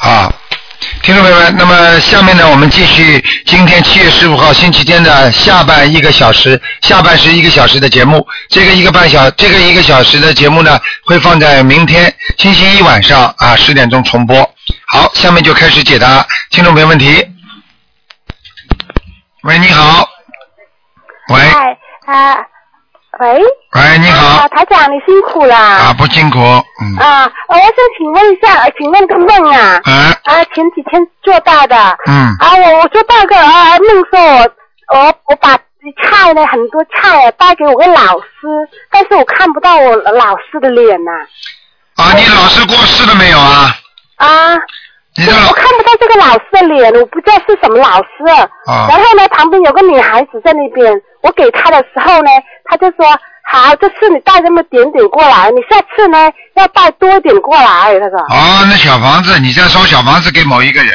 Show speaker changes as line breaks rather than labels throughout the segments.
啊听众朋友们，那么下面呢，我们继续今天七月十五号星期天的下半一个小时，下半时一个小时的节目。这个一个半小，这个一个小时的节目呢，会放在明天星期一晚上啊十点钟重播。好，下面就开始解答听众朋友问题。喂，你好。喂，
哎啊，喂，
喂，你好
啊，。台长你辛苦啦。
啊，不辛苦，嗯，
啊，我想请问一下，呃请问个梦啊，
啊，
啊，前几天做到的，啊，
嗯，
我我做到个啊梦说我我我把菜呢很多菜啊带给我个老师，但是我看不到我老师的脸呐、
啊，你老师过世了没有啊？
啊，
你的
我
老
我看不到这个老师的脸，我不知道是什么老师。
啊
然后呢，旁边有个女孩子在那边，我给她的时候呢，她就说：“好，这次你带这么点点过来，你下次呢要带多点过来。”她说。
哦，那小房子，你在烧小房子给某一个人，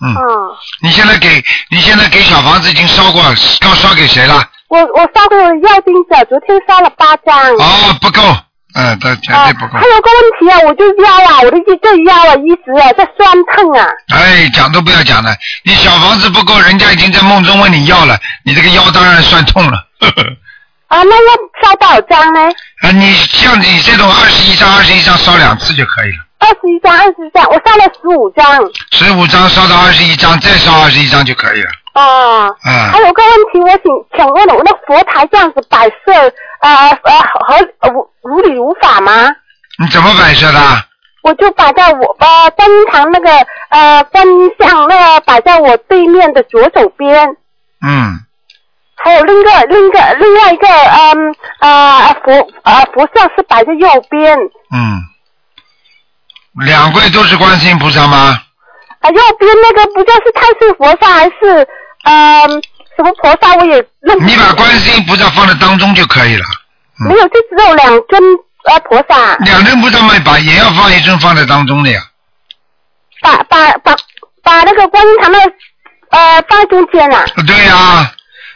嗯，
嗯，
你现在给你现在给小房子已经烧过，刚烧给谁了？
我我烧个药钉子，啊昨天烧了八张。
哦，不够，嗯，这绝
啊
对不够
还。有个问题啊，我就腰啊，我的这这腰啊一直啊在酸痛啊。
哎，讲都不要讲了，你小房子不够，人家已经在梦中问你要了，你这个腰当然算痛了。呵呵
啊，那要烧多少张呢？
啊，你像你这种二十一张、二十一张烧两次就可以了，
二十一张，二十一张，我烧了十五张。
十五张烧到二十一张，再烧二十一张就可以了。
哦、
嗯
还有个问题，我想想问了，我那佛台这样子摆设，呃呃，合呃无无理无法吗？
你怎么摆设的啊？
我就摆在我呃观音堂那个呃观音像那个摆在我对面的左手边，
嗯，
还有另一个另一个另外一个嗯呃佛呃佛像是摆在右边，
嗯，两柜都是观世音菩萨吗？
啊右边那个不知道是太岁菩萨还是嗯、什么菩萨，我也认不
你
清
把观世音菩萨放在当中就可以了。
没有，就只有两尊呃菩萨。
嗯两尊菩萨嘛，把也要放一尊放在当中的呀。
把把把把那个观音堂那个呃放中间了。
啊对呀、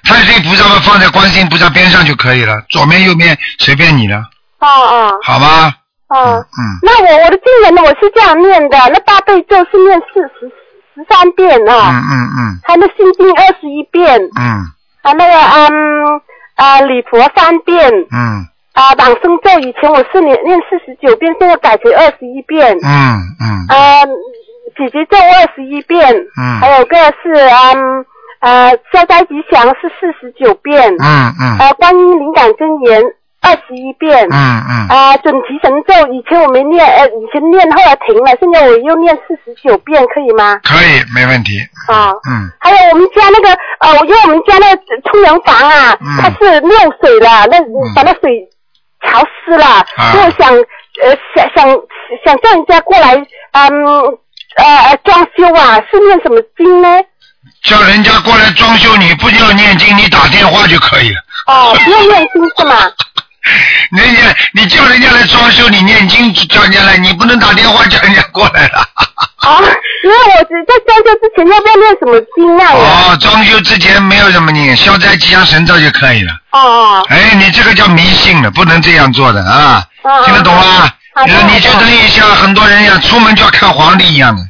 太岁菩萨嘛放在观世音菩萨边上就可以了，左面右面随便你了，
哦哦
好吗？嗯
哦。
嗯，
那我我的经文呢，我是这样念的，那大悲咒是念四十十三遍
嗯
啊，
嗯嗯
还有那心经二十一遍，
嗯
啊那个嗯啊礼佛三遍，
嗯
啊往生咒以前我是念念四十九遍，现在改成二十一遍，
嗯嗯
啊姐姐咒二十一遍，
嗯
还有个是嗯呃消灾吉祥是四十九遍，
嗯嗯
呃，观音灵感真言二十一遍，
嗯嗯，
啊、准提神咒以前我没念，呃，以前念后来停了，现在我又念四十九遍，可以吗？
可以，没问题。
啊、
嗯
还有我们家那个，呃，我因为我们家那个冲凉房啊，
嗯
它是漏水了，那把那水潮湿了，
啊
所以我想，呃，想想想叫人家过来，嗯，呃，呃装修啊，是念什么经呢？
啊叫人家过来装修，你不要念经，你打电话就可以了。
哦、不用念经 是吗？
人家你叫人家来装修，你念经叫人家来，你不能打电话叫人家过来了。
啊，因为我只在装修之前要不要念什么经啊？我
哦，装修之前没有什么念，消灾吉祥神咒就可以了。
哦，
哎，你这个叫迷信了，不能这样做的啊，
哦
听得懂吗？
好的
你你就
好的
等于像很多人一样，出门就要看黄历一样的。
嗯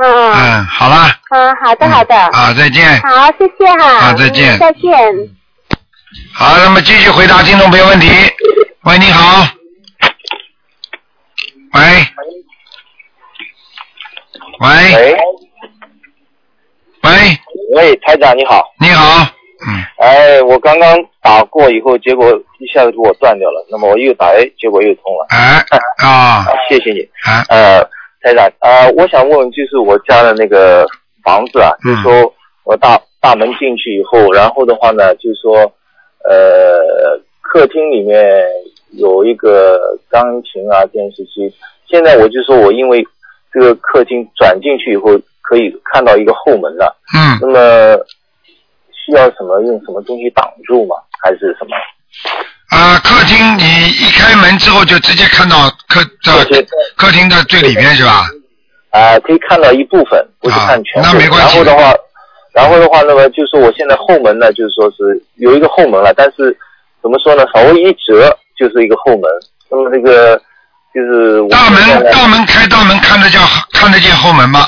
嗯
嗯，好啦。
嗯，好的好的，
嗯啊，再见。
好，谢谢哈，
啊再见
嗯再见。
好，那么继续回答听众朋友问题。喂，你好。喂。喂。
喂，
喂，
喂，台长你好。
你好。嗯。
哎，我刚刚打过以后，结果一下子给我断掉了。那么我又打，哎，结果又通了。
哎啊
啊， 谢谢你。
啊
呃，台长，呃，我想问，就是我家的那个房子啊，就是说我大大门进去以后，然后的话呢，就是说，呃，客厅里面有一个钢琴啊、电视机。现在我就说我因为这个客厅转进去以后，可以看到一个后门了。
嗯，
那么需要什么用什么东西挡住吗？还是什么？
啊，客厅你一开门之后就直接看到客
就
呃
是
客厅的最里边是吧？
啊、可以看到一部分，不是看全部。
啊那没关系
然后的话，然后的话，那么就是我现在后门呢，就是说是有一个后门了，但是怎么说呢，稍微一折就是一个后门。那么这个就是我
大
现在
门
呢
大门开大门看得见看得见后门吗？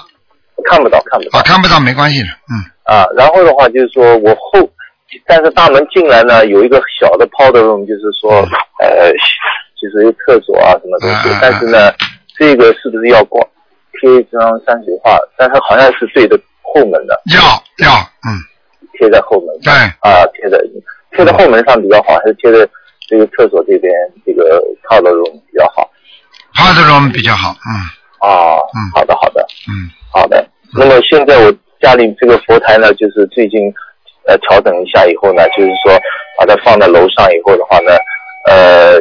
看不到，看不到
啊，看不到没关系的，嗯，
啊。然后的话就是说我后，但是大门进来呢，有一个小的 powder room，就是说呃，就是有厕所啊什么东西
啊啊啊。
但是呢，这个是不是要挂贴一张山水画？但是好像是对着后门的，
要要，嗯，
贴在后门
对，
啊，贴在贴在后门上比较好，还是贴在这个厕所这边这个 powder room 比较好？
好的我们比较好，嗯
啊，
嗯
好的好的
嗯，
好的。那么现在我家里这个佛台呢，就是最近呃调整一下以后呢，就是说把它放在楼上以后的话呢，呃，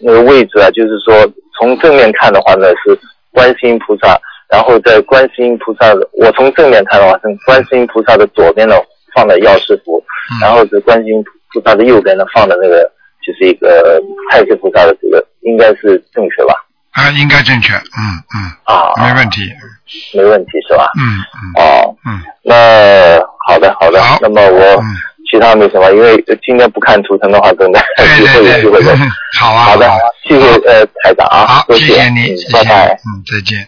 那个位置啊，就是说从正面看的话呢是观世音菩萨，然后在观世音菩萨的，我从正面看的话是观世音菩萨的左边呢放的药师佛，
嗯
然后是观世音菩萨的右边呢放的那个就是一个太岁菩萨的这个，应该是正确吧？
啊，应该正确，嗯嗯，
啊，
没问题，
没问题是吧？
嗯嗯
哦，
嗯
那好的好的
好，
那么我
嗯，
其他没什么，因为今天不看图腾的话，真的
对
以后有
对
机会
对
问。，
好啊，
好的
啊，
谢谢呃台长啊
好，，
多
谢谢你，
嗯
谢谢，
拜拜。
嗯，再见。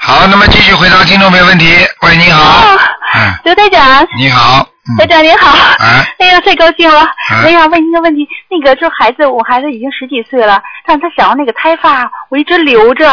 好，那么继续回答听众朋友问题。喂，你好，嗯，
刘队长，
你好，
队
嗯，
长您好。
哎，
哎呀，太高兴了！
嗯
哎呀，问一个问题，那个就孩子，我孩子已经十几岁了，但他想要那个胎发，我一直留着，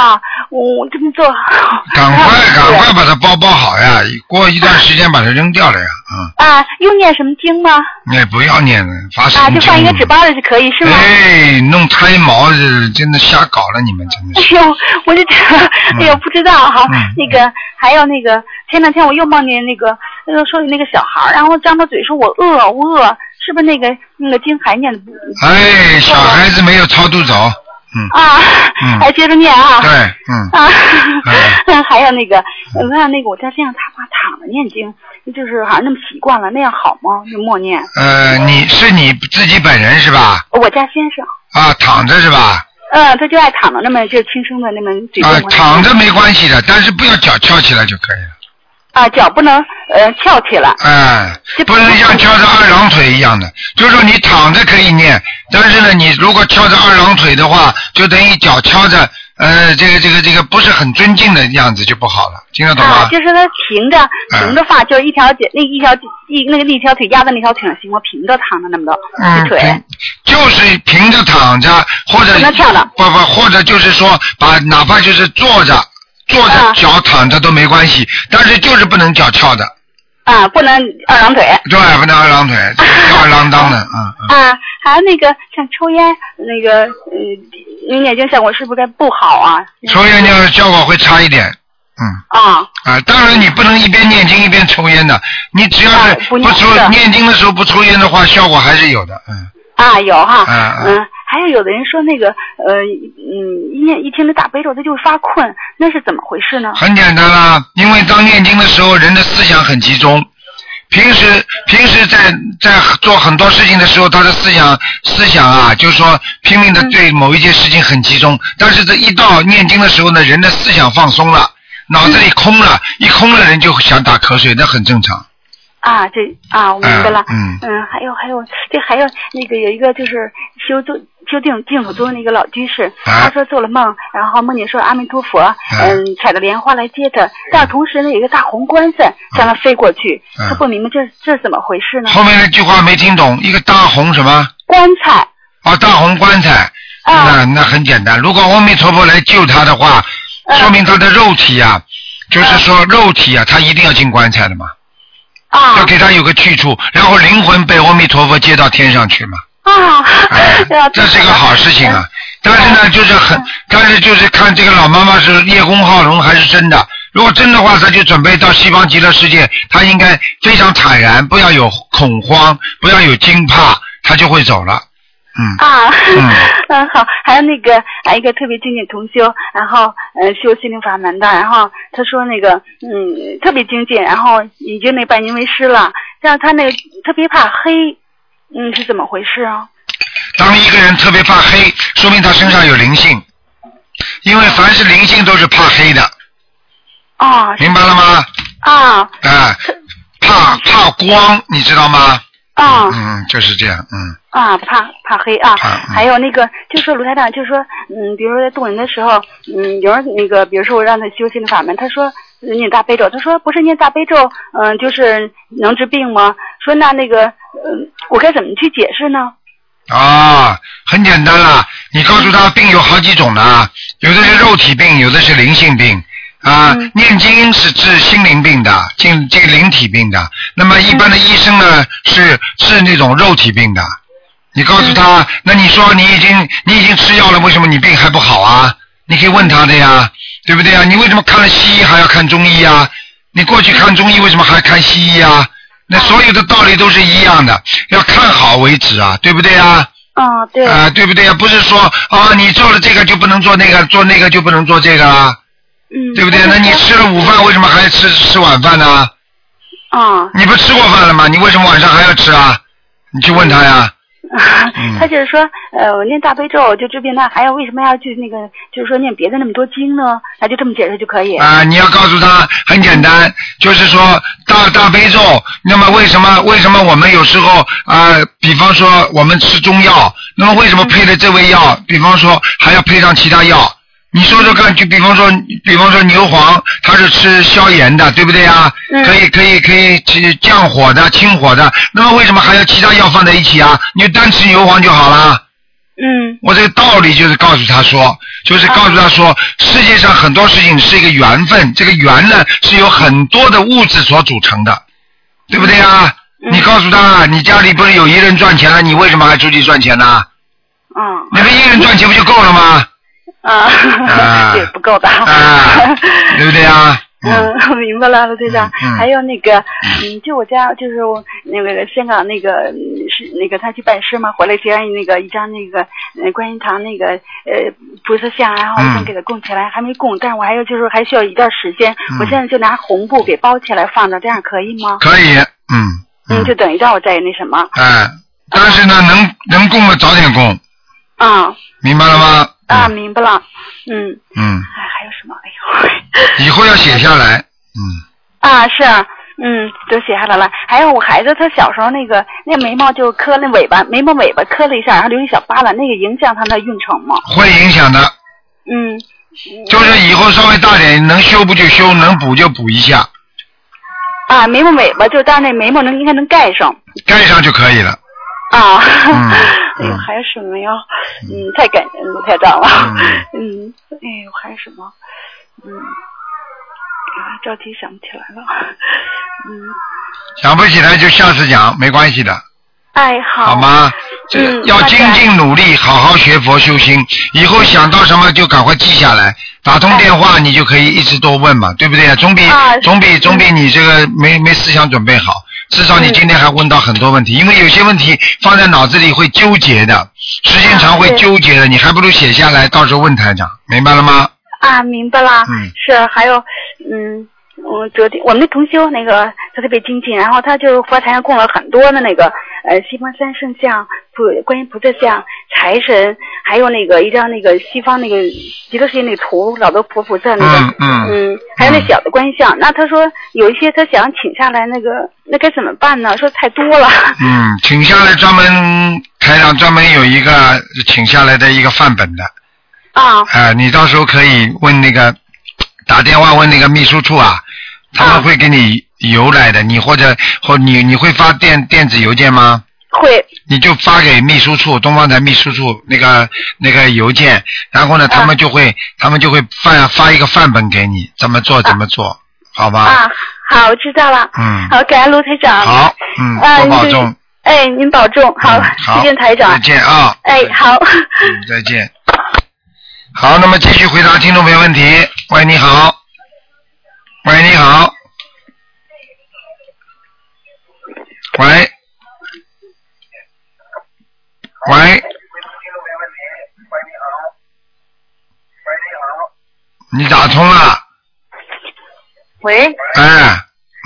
我这么做。啊
赶
我
快
看
赶
不
快把它包包好呀，过一段时间把它扔掉了呀，嗯，
啊，用念什么经吗？
你也不要念了，发神
啊，就
经。嗯
放一个纸包的就可以，是吗？
哎，弄胎毛是真的瞎搞了，你们真的
哎
是。
呦，我就觉得，哎呦，不知道哈、
嗯
那个还有那个，前两天我又梦见那个，呃，说有那个小孩儿，然后张着嘴说我饿，我饿，是不是那个那个经还念的不
哎，小孩子没有超度走，嗯，
啊？
嗯
还接着念啊？
对，嗯，
啊，
嗯
还 有那个，我看那个我在这样躺躺着念经，就是好像那么习惯了，那样好吗？就默念。
呃，你是你自己本人是吧？
我家先生，
啊，躺着是吧？
嗯，他就爱躺着那么就轻声的那么嘴
啊、
动。
躺着没关系的，但是不要脚翘起来就可以了。
啊，脚不能呃翘起来。
哎、
这
不能像翘着二郎腿一样的，就是说你躺着可以念，但是呢，你如果翘着二郎腿的话，就等于脚翘着，呃，这个这个这个不是很尊敬的样子就不好了，听得懂
啊
吗，？
就是他平着
嗯
平着放，就是一条脚那一条一那个那条腿压在那条腿上行吗？平着躺着那么着，
嗯，
这腿
平就是平着躺着，或者
不能翘着
不不，或者就是说把哪怕就是坐着。坐着
啊
脚躺着都没关系，但是就是不能脚翘的，
啊，不能二郎腿
对，不能二 郎腿，吊儿郎当的，嗯嗯。
啊。还有那个像抽烟那个呃，你眼睛效果是不是该不好啊？
抽烟就效果会差一点，嗯
啊，
啊，当然你不能一边念经一边抽烟的，你只要是
啊不
不
念
抽
是
念经的时候不抽烟的话，效果还是有的，嗯
啊，有哈，
嗯嗯
嗯，还有有的人说那个，呃，嗯，一念一听这大悲咒，他就会发困，那是怎么回事呢？
很简单啦，因为当念经的时候，人的思想很集中。平时平时在在做很多事情的时候，他的思想思想啊，就是说拼命的对某一件事情很集中。但是这一到念经的时候呢，人的思想放松了，脑子里空了，一空了人就想打瞌睡，那很正常。
啊，这啊，我明白了。
嗯嗯
嗯，还有还有，这还有那个有一个就是修坐修定净土宗那个老居士，
啊
他说做了梦，然后梦见说阿弥陀佛，嗯，踩着莲花来接他，但同时呢有一个大红冠子向他飞过去，
嗯
他不明白这这是怎么回事呢？
啊后面那句话没听懂，一个大红什么？
棺材
哦，大红棺材。
啊
那那很简单，如果阿弥陀佛来救他的话，
嗯
说明他的肉体啊，就是说肉体啊，他一定要进棺材的嘛，要
啊
给他有个去处，然后灵魂被阿弥陀佛接到天上去嘛，
啊
哎，
对啊，
这是一个好事情啊。但是呢，就是
嗯
很，但是就是看这个老妈妈是叶公好龙还是真的。如果真的话，她就准备到西方极乐世界，她应该非常坦然，不要有恐慌，不要有惊怕，她就会走了。嗯，
啊，
嗯
嗯好，还有那个，还有一个特别精进同修，然后呃修心灵法门的，然后他说那个嗯特别精进，然后已经那拜您为师了，但是他那个特别怕黑，嗯是怎么回事啊？
当一个人特别怕黑，说明他身上有灵性，因为凡是灵性都是怕黑的，
啊
明白了吗？
啊
啊，怕怕光，你知道吗？
啊
嗯，就是这样，嗯，
啊，怕怕黑啊！
怕嗯
还有那个，就说卢台长，就说，嗯，比如说在渡人的时候，嗯，有人那个，比如说我让他修心灵法门，他说念大悲咒。他说不是念大悲咒，嗯、就是能治病吗？说那那个，嗯、我该怎么去解释呢？
啊，很简单啦，你告诉他病有好几种呢，有的是肉体病，有的是灵性病。啊，念经是治心灵病的，治这个灵体病的。那么一般的医生呢，是治那种肉体病的。你告诉他，那你说你已经你已经吃药了，为什么你病还不好啊？你可以问他的呀，对不对啊？你为什么看了西医还要看中医啊？你过去看中医为什么还看西医啊？那所有的道理都是一样的，要看好为止啊，对不对啊？
啊、对，
啊、对不对呀、不是说啊，你做了这个就不能做那个，做那个就不能做这个啊，
嗯，
对不啊对？那你吃了午饭，为什么还吃吃晚饭呢？
啊，
你不吃过饭了吗？你为什么晚上还要吃啊？你去问他呀。嗯
他就是说，呃，我念大悲咒就治病，那还要为什么要去那个，就是说念别的那么多经呢？那就这么解释就可以。
啊、你要告诉他很简单，就是说大大悲咒。那么为什么为什么我们有时候啊、比方说我们吃中药，那么为什么配的这味药，比方说还要配上其他药？你说说看，就比方说，比方说牛黄，它是吃消炎的，对不对啊？可以可以可以去降火的、清火的。那么为什么还要其他药放在一起啊？你就单吃牛黄就好啦。
嗯啊
我这个道理就是告诉他说，就是告诉他说，世界上很多事情是一个缘分，这个缘呢是由很多的物质所组成的，对不对啊？
嗯
你告诉他，你家里不是有一人赚钱了，啊你为什么还出去赚钱呢？
嗯
你们一人赚钱不就够了吗？
啊，
啊
也不够吧？
啊对不对啊？
嗯，我 明白了，罗队长。
嗯嗯
还有那个，嗯，就我家，就是我那个香港那个嗯是那个他去拜师嘛，回来接那个一张那个呃观音堂那个呃菩萨像，然后我想给它供起来，还没供，但是我还有就是还需要一段时间，我现在就拿红布给包起来放着，这样可以吗？
嗯可以，嗯，
嗯，就等于让我再那什么，
哎、但是
嗯
呢，能能供的早点供，
啊
明白了吗？
啊，明白了，嗯，
嗯，
哎，还有什么？哎呦。
以后要写下来，嗯，
啊，是啊，嗯，都写下来了。还有我孩子，他小时候那个那眉毛就磕那尾巴，眉毛尾巴磕了一下，然后留一小疤了，那个影响他们的运程吗？
会影响的，
嗯，
就是以后稍微大点，能修补就修，能补就补一下，
啊，眉毛尾巴就但是那眉毛能应该能盖上
盖上就可以了。
啊。
嗯
哎呦， 还有什么呀？嗯，太感恩卢台长了。 嗯，哎呦，还有什么？嗯，啊，着急想不起来了。 嗯，
想不起来就下次讲，没关系的，
哎，好。
好吗？这个
嗯
要
拜拜
精进努力，好好学佛修心。以后想到什么就赶快记下来，打通电
嗯
话你就可以一直多问嘛，对不对呀？总比
啊
总比总比你这个没没思想准备好，至少
嗯
你今天还问到很多问题，因为有些问题放在脑子里会纠结的，时间长会
啊对
纠结的，你还不如写下来，到时候问台长，明白了吗？
啊，明白啦。
嗯
是，还有，嗯，我昨天我们的同修那个他特别精进，然后他就是佛台上供了很多的那个呃西方三圣像、普观音菩萨像、财神，还有那个一张那个西方那个极乐世界那个图，老多佛菩萨那个，
嗯
嗯还有那小的观音像。那他说有一些他想请下来，那个那该怎么办呢？说太多了。
嗯，请下来专门台长专门有一个请下来的一个范本的，
啊
啊、你到时候可以问那个打电话问那个秘书处啊，他们会给你邮来
啊
的，你或者或你你会发电电子邮件吗？
会
你就发给秘书处东方台秘书处那个那个邮件，然
啊
后呢，他们就会、他们就会发发一个范本给你，怎么做怎么做，好吧？
啊，好，知道了。
嗯，
好，感恩卢台长。
好，嗯，
啊，
多
您
保
这
重，
哎，您保重，好，
嗯好，
再见，台长
再。见啊，
哎，好。
嗯，再见。好，那么继续回答听众朋友问题。喂，你好。喂，你好。喂。喂。你打通了，
喂，
哎，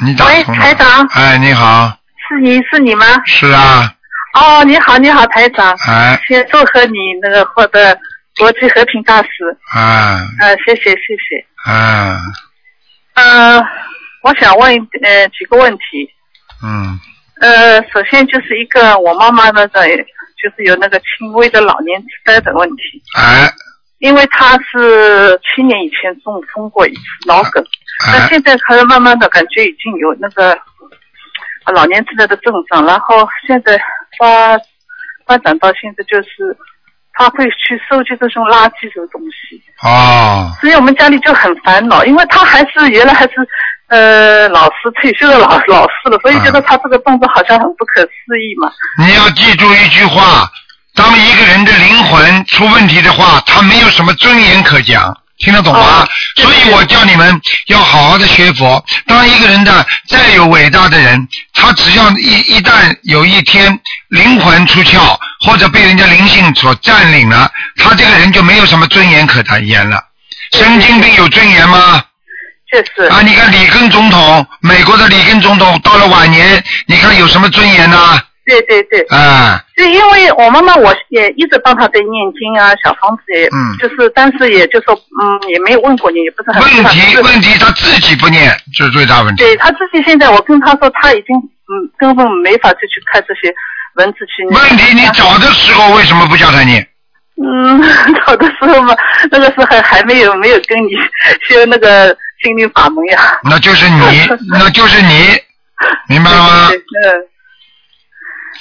你打
喂
通了。
台长
哎，你好，
是你是你吗？
是啊，
哦，你好，你好，台长，
哎，
先祝贺你那个获得国际和平大使，
哎，
呃，谢谢谢谢。
哎，
呃，我想问呃几个问题，
嗯，
呃，首先就是一个我妈妈那个就是有那个轻微的老年痴呆的问题，
哎，
因为他是七年以前中风过一次脑梗，那
哎
现在他慢慢的感觉已经有那个呃老年痴呆的症状，然后现在发发展到现在就是他会去收集这种垃圾这种东西，
哦，
所以我们家里就很烦恼，因为他还是原来还是呃老师退休的老 老师了，所以觉得他这个动作好像很不可思议嘛。
啊你要记住一句话：当一个人的灵魂出问题的话，他没有什么尊严可讲。听得懂吗
哦？
所以我叫你们要好好的学佛。当一个人的再有伟大的人，他只要一一旦有一天灵魂出窍，或者被人家灵性所占领了，他这个人就没有什么尊严可谈言了。神经病有尊严吗？
确实，
啊，你看里根总统，美国的里根总统到了晚年，你看有什么尊严呢、
对对对，
啊？
就因为我妈妈，我也一直帮她在念经啊，小房子也，
嗯
就是但是也就说，嗯，也没有问过你，也不是很
问
知道
题
就是
问题他自己不念，这是最大问题。
对她自己现在，我跟她说，她已经嗯根本没法再去看这些文字去念。
问题你找的时候为什么不叫他念？
嗯， 早的时候嘛，那个时候还没有没有跟你学那个心灵法门呀。
那就是你， 那就是你，明白了吗
对？对对嗯。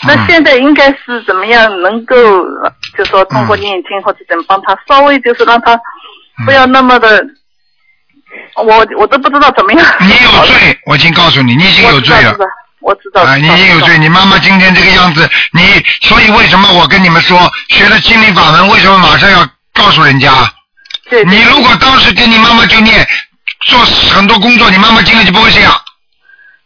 那
嗯
现在应该是怎么样能够，呃就说通过
嗯
念经或者怎么帮他稍微就是让他
嗯
不要那么的，我我都不知道怎么样。
你有罪，我已经告诉你，你已经有罪了。
我知道。我知道。
啊，你已经有罪，你妈妈今天这个样子，你所以为什么我跟你们说学了心灵法门，为什么马上要告诉人家？
对。对
你如果当时跟你妈妈就念，做很多工作，你妈妈今天就不会这样。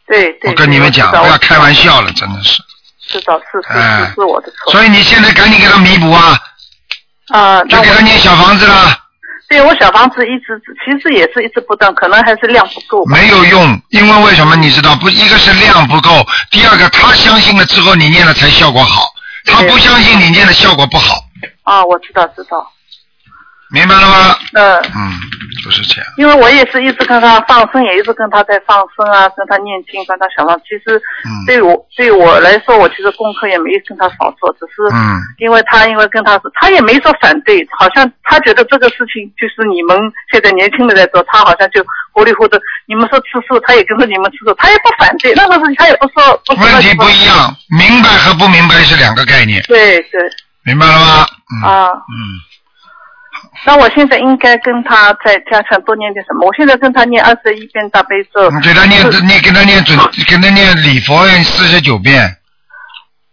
对对。
我跟你们讲，
对
不
我
要开玩笑了，真的是。
知道，是是
哎
是是我的错。
所以你现在赶紧给他弥补啊，
啊，
就
那
给他
我
念小房子啦。
对我小房子一直其实也是一直不断，可能还是量不够吧。
没有用，因为为什么你知道不？一个是量不够，第二个他相信了之后你念了才效果好，他
对
不相信你念的效果不好，
哦
啊，我知道知道。
明白了吗？
嗯。
嗯，就是这样。
因为我也是一直跟他放生，也一直跟他在放生啊，跟他念经，跟他小浪。其实
嗯
对我、对我来说，我其实功课也没跟他少做，只是
嗯
因为他因为跟他他也没说反对，好像他觉得这个事情就是你们现在年轻人在做，他好像就糊里糊涂。你们说吃素，他也跟着你们吃素，他也不反对，那个事情他也不说不说。
问题
不
不一。样，明白和不明白是两个概念，
对对
明白了吗？嗯、
啊。
嗯，
那我现在应该跟他再加强多念点什么？我现在跟他念二十一遍大悲咒，
嗯你给他念，你给他念准，给他念礼佛四十九遍。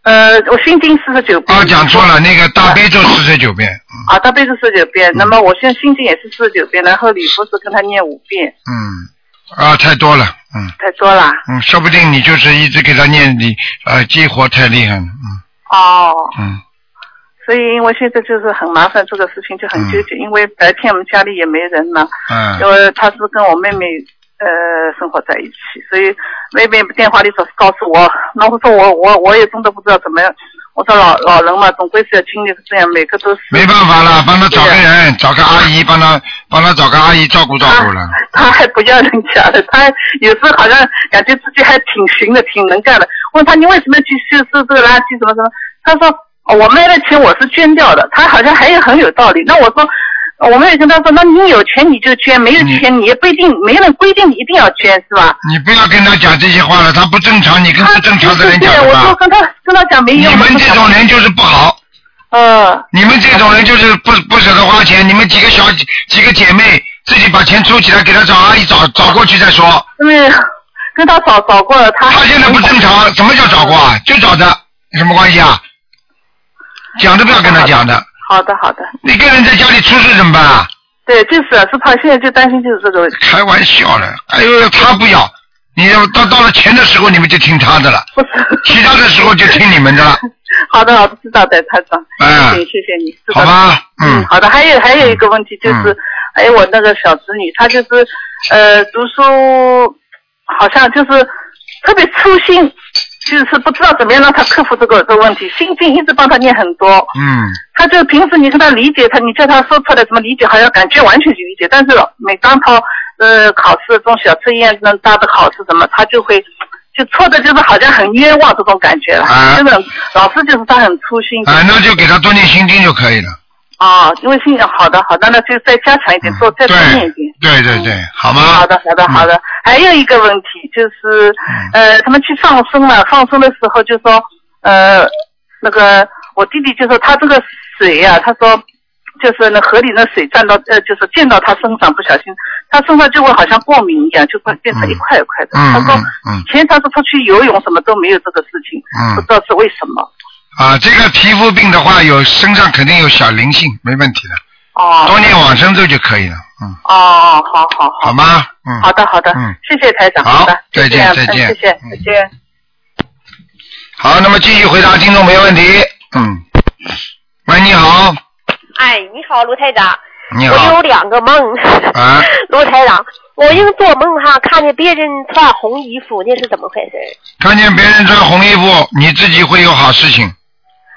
呃，我心经四十九遍。
啊，讲错了，那个大悲咒四十九遍。
啊，大悲咒四十九
嗯
遍，那么我现在心经也是四十九遍，然后礼佛是跟他念五遍，
嗯，啊，太多了，嗯
太多啦。
嗯，说不定你就是一直给他念你，呃，激活太厉害了，嗯
哦，
嗯。
所以因为现在就是很麻烦，这个事情就很纠结，因为白天我们家里也没人嘛，
嗯
因为他是跟我妹妹呃生活在一起，所以妹妹电话里总是告诉我，那我说我我我也真的不知道怎么样，我说老老人嘛，总归是要经历这样，每个都是。
没办法了，帮他找个人，找个阿姨，帮他帮他找个阿姨照顾照
啊
顾了。
他还不要人家了，他有时候好像感觉自己还挺行的，挺能干的。问他你为什么要去收收这个垃圾什么什么？他说、哦我卖的钱我是捐掉的。他好像还有很有道理。那我说。呃我们也跟他说，那你有钱你就捐，没有
嗯
钱你也不一定，没人规定你一定要捐，是吧？
你不要跟他讲这些话了，他不正常，你跟不正常的人讲
对，
的
我说
吧。
跟他跟他讲没
你
用。
们这种，人就是不好，
呃，
你们这种人就是不不舍得花钱。你们几个小几个姐妹自己把钱抽起来，给他找阿姨找找过去再说。
因为跟他找找过了，他
他现在不正常，什么叫找过啊？就找的，有什么关系啊？讲都不要跟他讲的，
好的好的，
你跟人在家里出事怎么办啊？
对，就是啊，是他现在就担心就是这个问题。
开玩笑了，哎呦，他不要，你要到到了钱的时候你们就听他的了，
不是
其他的时候就听你们的 了，
好的，好的，知道的，台长。
嗯
谢谢，谢谢你。知
好
道的？
吧？嗯，
好的，还有还有一个问题就是，
嗯
哎，我那个小侄女，她就是呃读书，好像就是特别粗心，就是不知道怎么样让她克服这个这个问题。心经一直帮她念很多，
嗯，
她就平时你跟她理解她，你叫她说出来怎么理解，好像感觉完全去理解，但是每当她呃考试这种小测验那大的考试什么，她就会。就错的就是好像很冤枉这种感觉了，
啊
真的，老师就是她很粗心，
啊，那就给他多念心经就可以了，
哦，微信好的好的，那就再加强一点，做再多念一点。
嗯对对对，好吗？嗯
好的，好的，好的。还有一个问题就是，呃，他们去放生了，放生的时候就说，呃，那个我弟弟就说他这个水呀、他说就是那河里那水沾到，呃，就是溅到他身上，不小心，他身上就会好像过敏一样，就会变成一块一块的。
嗯
他说
嗯嗯
以前他说出去游泳什么都没有这个事情，
嗯
不知道是为什么。
啊，这个皮肤病的话，有身上肯定有小灵性，没问题的，
哦
多念往生咒就可以了，嗯，
哦，好好好。
好吗？嗯，
好的，好的，
嗯
谢谢台长，
好
的，
再见
谢谢
再见
嗯谢谢，
嗯
再见。
好，那么继续回答听众没问题，嗯，喂，你好，
哎，你好，卢台长，
你
我
好
有，两个梦，
啊，
卢台长，我因为做梦哈，看见别人穿红衣服，那是怎么回事儿？
看见别人穿红衣服，你自己会有好事情，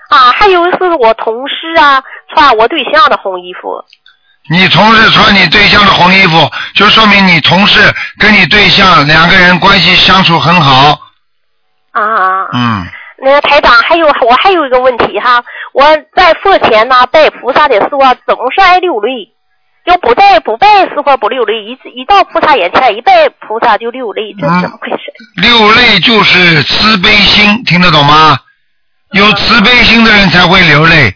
啊，还有一次我同事啊穿我对象的红衣服，
你同事穿你对象的红衣服，就说明你同事跟你对象两个人关系相处很好。
啊，
嗯，
那个台长，还有我还有一个问题哈，我在佛前呢、拜菩萨的时候啊，总是爱流泪，要不拜不拜时候不流泪，一一到菩萨眼前一拜菩萨就流泪，这是怎么回事？
六泪就是慈悲心，听得懂吗？有慈悲心的人才会流泪。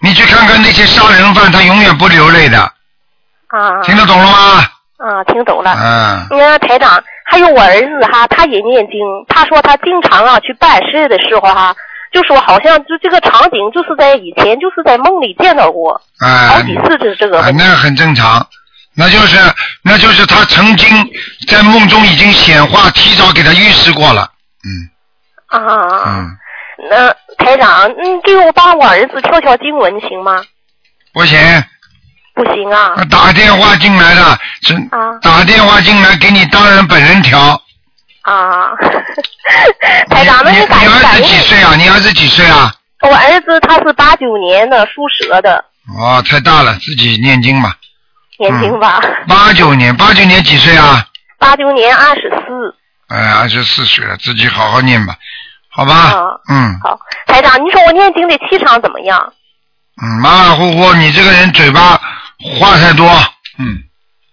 你去看看那些杀人犯，他永远不流泪的，
啊
听得懂了吗？
啊，听懂了。
嗯，
你看台长，还有我儿子哈，他也念经，他说他经常啊去办事的时候哈，就说好像就这个场景就是在以前就是在梦里见到过，好
哎、
几次就是这个
啊，
问题
那很正常，那就是那就是他曾经在梦中已经显化，提早给他预示过了。嗯
啊。
嗯，
那台长，嗯，给我帮我儿子挑挑经文行吗？
不行，
不行啊
他打电话进来的，是
啊
打电话进来给你当人本人调。
啊！台长，那
你
你感
你
应
儿
感
子
应
几？岁啊？你儿子几岁啊？
我儿子他是八九年的属蛇的，
哦，太大了，自己念经吧。
年轻吧，
嗯八九年，八九年几岁啊？
八九年二十四。
哎，二十四岁了，自己好好念吧，好吧？
啊
嗯
好，台长，你说我念经的气场怎么样？
嗯，马马虎虎，你这个人嘴巴话太多，嗯，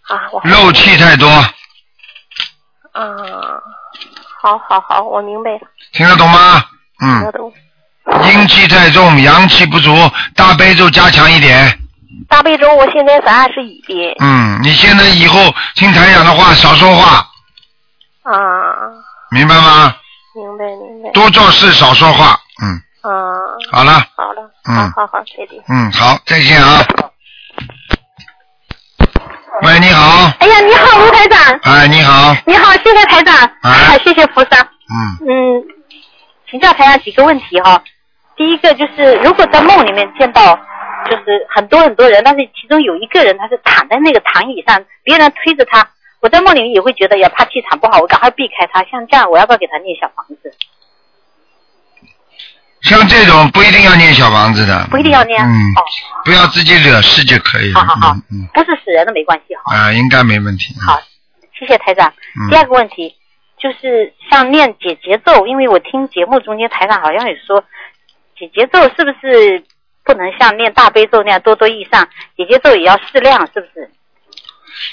啊，我
漏气太多，
啊，好好好，我明白了，
听得懂吗？
我
嗯，
懂。
阴气太重，阳气不足，大悲咒加强一点。
大悲咒我现在是二十一遍
嗯，你现在以后听台长的话，少说话，
啊，
明白吗？
明白明白
多做事，少说话。嗯，
啊，
好了。
好了，
嗯
好好好，再见。
嗯，好，再见啊。喂，你好，
哎呀，你好，卢台长，
哎，你好，
你好，谢谢台长，
哎
谢谢菩萨。
嗯，
嗯，请教台长几个问题哈。第一个就是，如果在梦里面见到，就是很多很多人，但是其中有一个人他是躺在那个躺椅上，别人推着他，我在梦里面也会觉得呀，怕气场不好，我赶快避开他。像这样，我要不要给他念小房子？
像这种不一定要念小房子的，
不一定要念。
嗯
哦，，
不要自己惹事就可以了，
好好好
嗯嗯，
不是死人的没关系哈。
啊，应该没问题，嗯
好，谢谢台长。第二
嗯，
个问题就是像念解节奏，因为我听节目中间台长好像也说，解节奏是不是不能像念大悲咒那样多多益善？解节奏也要适量，是不是？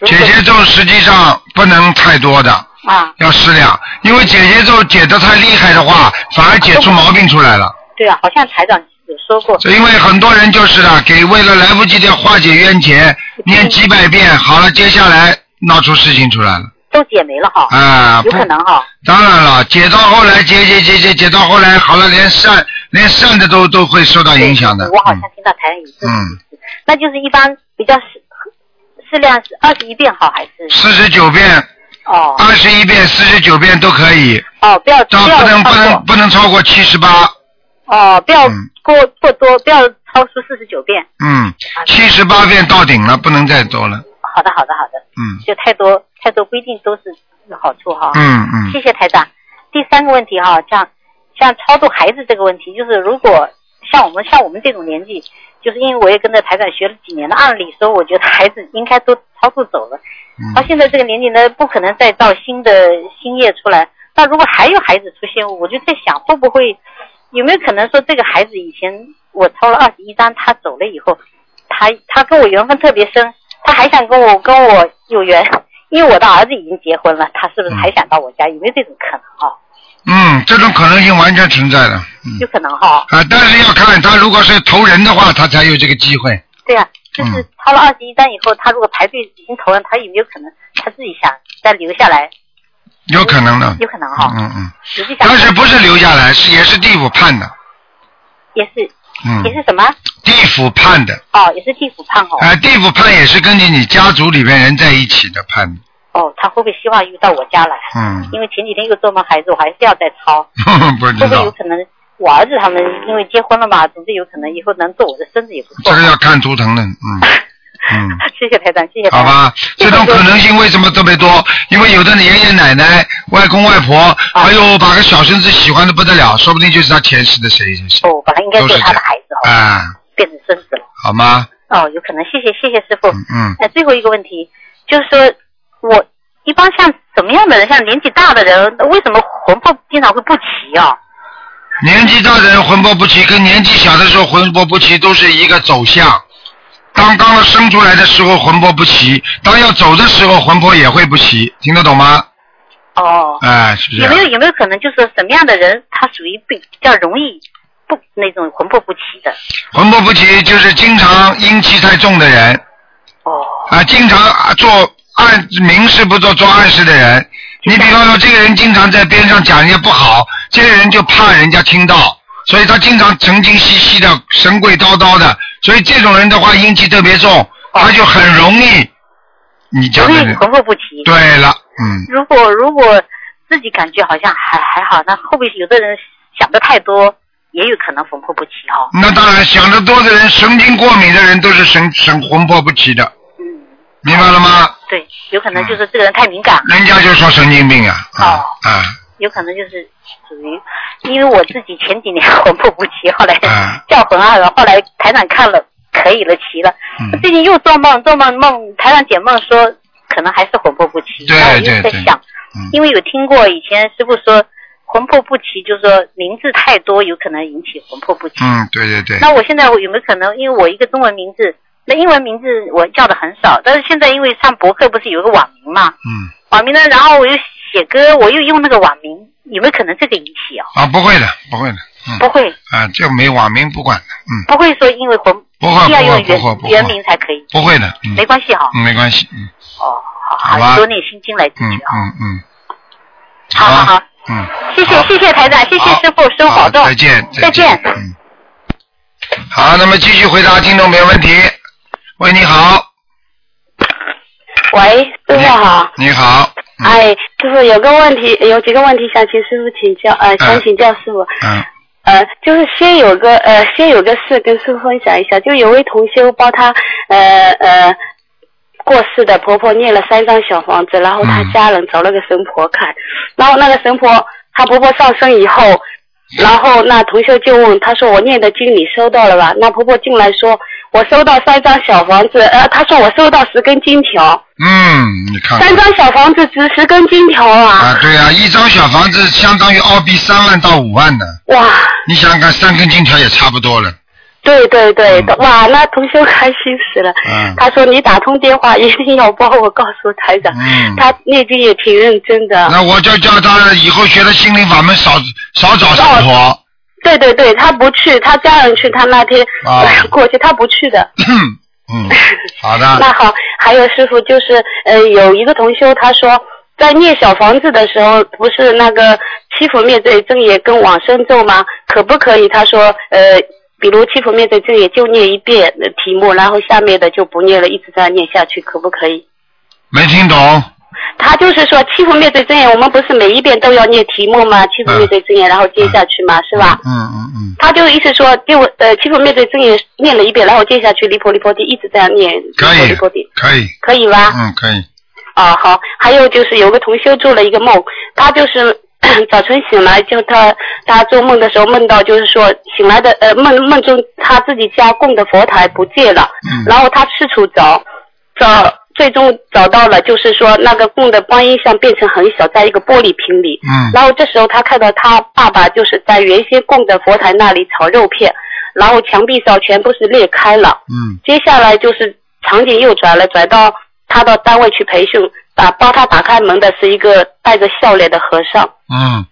如
姐
果
姐咒实际上不能太多的，
啊，
要适量，因为姐姐咒解得太厉害的话，反而解出毛病出来了。
对啊，好像台长有说过。
这因为很多人就是的，给为了来不及的化解冤结，
嗯
念几百遍，好了，接下来闹出事情出来了。
都解没了哈，
啊，
有
不
可能哈。
当然了，解到后来，解解解解解到后来，好了，连善连善的都都会受到影响的。
我好像
嗯
听到台上有这个
嗯
意思，那就是一般比较适适量是二十一遍好还是？
四十九遍、
哦
二十一遍、四十九遍都可以，
哦，不要不
但
要
不能
超
不
过
能不能超过七十八。
哦，不要
嗯
过过多，不要超出四十九遍。
嗯，七十八遍到顶了，不能再多了。
好的，好的，好的，
嗯
就太多太多规定都是有好处哈。
嗯嗯，
谢谢台长。第三个问题哈，像像超度孩子这个问题，就是如果像我们像我们这种年纪，就是因为我也跟着台长学了几年的案例，所以我觉得孩子应该都超度走了。
嗯
到现在这个年纪呢，不可能再造新的新业出来。那如果还有孩子出现，我就在想会不会有没有可能说这个孩子以前我超了二十一张，他走了以后，他他跟我缘分特别深，他还想跟我跟我有缘，因为我的儿子已经结婚了，他是不是还想到我家？有没有这种可能啊？
嗯，这种可能性完全存在的
有可能哈。
啊，但是要看他如果是投人的话，他才有这个机会。
对啊，就是
嗯
掏了二十一张以后，他如果排队已经投了，他有没有可能他自己想再留下来？
有可能的。
有可能哈。
嗯嗯，
实际上
但是不是留下来，是也是地府判的，
也是
嗯
也，是什么？
地府判的，
哦，也是地府判哦。
啊，地府判也是根据你家族里面人在一起的判的，
哦，他会不会希望又到我家来？
嗯，
因为前几天又做梦，孩子我还是要再抄，
不知
会不会
道
有，可能我儿子他们因为结婚了嘛，总是有可能以后能做我的孙子也不
这
错。
个要看图腾的，嗯嗯。
谢谢台长， 谢谢台
好
长。
吧，这种可能性为什么特别多？因为有的爷爷奶奶、外公外婆，
啊
哎呦，把个小孙子喜欢的不得了，说不定就是他前世的谁谁谁，
哦，本来应该做他的孩子哦，
啊，
变成孙子了。
好吗？
哦，有可能，谢谢谢谢师傅。哎
嗯，
那最后一个问题就是说，我一般像怎么样的人，像年纪大的人，为什么魂魄经常会不齐啊？
年纪大的人魂魄不齐，跟年纪小的时候魂魄不齐都是一个走向。当刚刚生出来的时候魂魄不齐，当要走的时候魂魄也会不齐，听得懂吗？
哦，
哎，是这
有没有
样。
有没有可能就是什么样的人，他属于比较容易不那种魂魄不齐的？
魂魄不齐就是经常阴气太重的人，
哦，
啊，经常啊做暗明示不做做暗示的人，你比方说这个人经常在边上讲人家不好，这个人就怕人家听到，所以他经常神经兮兮的、神鬼叨叨的，所以这种人的话阴气特别重，他就很容易，你讲
哦容
的
易
人
魂魄不齐。
对了，嗯，
如果如果自己感觉好像还还好，那会不会有的人想的太多，也有可能魂魄不齐哦？
那当然想得多的人、神经过敏的人都是神神魂魄不齐的，
嗯，
明白了吗？嗯
对，有可能就是这个人太敏感，
人家就说神经病啊，
哦
啊啊
有可能就是属于，因为我自己前几年 魂魄不齐，后来
啊
叫魂二了，后来台长看了可以了，齐了。
嗯
最近又做梦，做梦梦台长解梦说可能还是魂魄不齐，
对
然后我又
对
在
对
想，
嗯
因为有听过以前师傅说魂魄不齐，就是说名字太多有可能引起魂魄不齐。
嗯，对对对，
那我现在我有没有可能，因为我一个中文名字，那英文名字我叫的很少，但是现在因为上博客不是有个网名嘛，
嗯
网名呢，然后我又写歌，我又用那个网名，有没有可能这个引起哦？
啊，不会的，不会的，嗯。
不会，
啊，这没网民不管的，嗯，
不会说因为魂
不会
一定要用
不会不会不
原
会
原名才可以，
不会的，嗯，
没关系哈、
嗯没关系，嗯
哦，好
好吧
好，多念心经来解
嗯
决啊。
嗯嗯，
好
吧
好好，
嗯，
谢谢谢谢台长，谢谢
好
师傅，师傅
好
保重。
再见，
再
见，
见
嗯，好，那么继续回答听众朋友问题。喂，你好，
喂，师傅好。
你好，嗯
哎，师傅有个问题，有几个问题想请师傅请教，呃，想请教师傅。
哎嗯
呃，就是先有个呃，先有个事跟师傅分享一下，就有位同修帮他呃呃过世的婆婆念了三张小房子，然后他
嗯
家人找了个神婆看，然后那个神婆她婆婆上身以后，然后那同修就问他说我念的经你收到了吧？那婆婆进来说我收到三张小房子，呃，她说我收到十根金条，
嗯，你看
三张小房子值十根金条啊！
啊，对呀、啊，一张小房子相当于澳币三万到五万呢，
哇，
你想想看，三根金条也差不多了，
对对对，
嗯
哇，那同修开心死了。
嗯
他说你打通电话一定要帮我告诉台长，
嗯，
他念经也挺认真的。
那我就叫他以后学了心灵法门少少找神婆，
对对对，他不去，他家人去，他那天、
啊
过去，他不去的。
嗯，好的，
那好，还有师傅就是呃，有一个同修他说。在念小房子的时候，不是那个七佛灭罪真言跟往生咒吗？可不可以？他说，呃，比如七佛灭罪真言就念一遍的题目，然后下面的就不念了，一直这样念下去，可不可以？
没听懂。
他就是说七佛灭罪真言，我们不是每一遍都要念题目吗？七佛灭罪真言，然后接下去嘛，是吧？
嗯嗯嗯，
他就意思说，就呃七佛灭罪真言念了一遍，然后接下去离婆离婆地一直这样念，离
可
婆
以
离婆地，
嗯可以，
可以吧？
嗯，可以，
啊，好，还有就是有个同修做了一个梦，他就是 早晨醒来，就他他做梦的时候梦到，就是说醒来的呃梦梦中他自己家供的佛台不见了，
嗯
然后他四处找，找最终找到了，就是说那个供的观音像变成很小，在一个玻璃瓶里，
嗯
然后这时候他看到他爸爸就是在原先供的佛台那里炒肉片，然后墙壁上全部是裂开了。
嗯
接下来就是场景又转了，转到他到单位去培训，打帮他打开门的是一个带着笑脸的和尚。
嗯，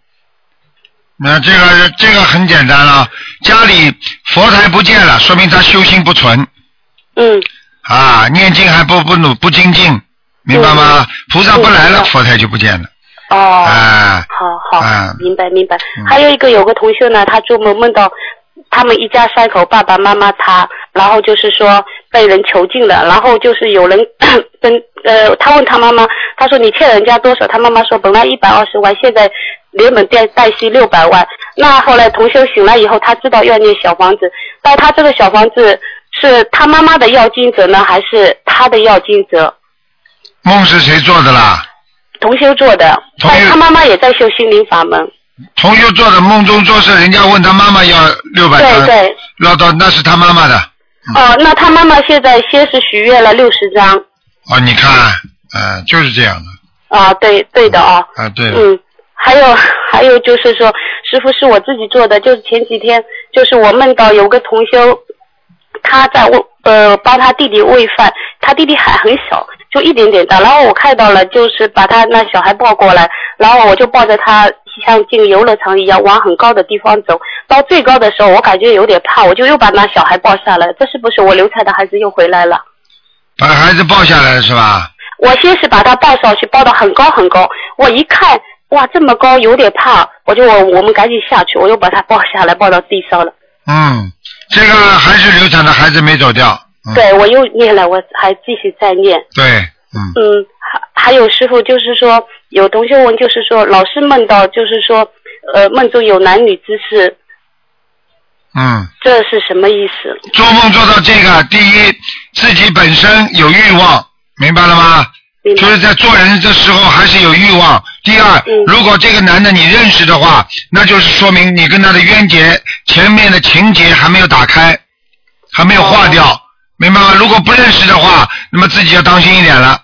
那这个这个很简单了，家里佛台不见了，说明他修心不纯
嗯
啊，念经还不不努不精进，明白吗？菩萨不来了，佛台就不见了，
哦，
啊，
好好，
嗯
明白明白。还有一个有个同学呢，他做梦梦到他们一家三口，爸爸妈妈他，然后就是说被人囚禁了，然后就是有人 跟呃，他问他妈妈，他说你欠人家多少？他妈妈说本来一百二十万，现在连本带带息六百万。那后来同修醒来以后，他知道要念小房子，但他这个小房子是他妈妈的要经者呢，还是他的要经者？
梦是谁做的啦？
同修做的，
同修
但他妈妈也在修心灵法门。
同学做的梦中做事，人家问他妈妈要六百
对
张，
对，
要到那是他妈妈的
哦，那他妈妈现在先是许愿了六十张，
哦，你看，呃，就是这样的
啊，对对的啊，
啊，对了，
嗯，还有 还有就是说，师傅是我自己做的，就是前几天就是我梦到有个同修，他在喂呃帮他弟弟喂饭，他弟弟还很小，就一点点大，然后我看到了，就是把他那小孩抱过来，然后我就抱着他。像进游乐场一样往很高的地方走，到最高的时候，我感觉有点怕，我就又把那小孩抱下来。这是不是我流产的孩子又回来了？
把孩子抱下来了是吧？
我先是把它抱上去，抱到很高很高。我一看，哇，这么高，有点怕，我就我我们赶紧下去，我又把它抱下来，抱到地上了。
嗯，这个还是流产的孩子没走掉，嗯，
对，我又念了，我还继续再念。
对，嗯，
嗯，还还有师傅，就是说有同学问，就是说老是梦到，就是说，呃，梦中有男女之事，
嗯，
这是什么意思？
做梦做到这个，第一，自己本身有欲望，明白了吗？
明
就是
白？
在做人的时候还是有欲望。第二
嗯，
如果这个男的你认识的话，那就是说明你跟他的冤结前面的情节还没有打开，还没有化
哦
掉，明白吗？如果不认识的话，那么自己要当心一点了。
哦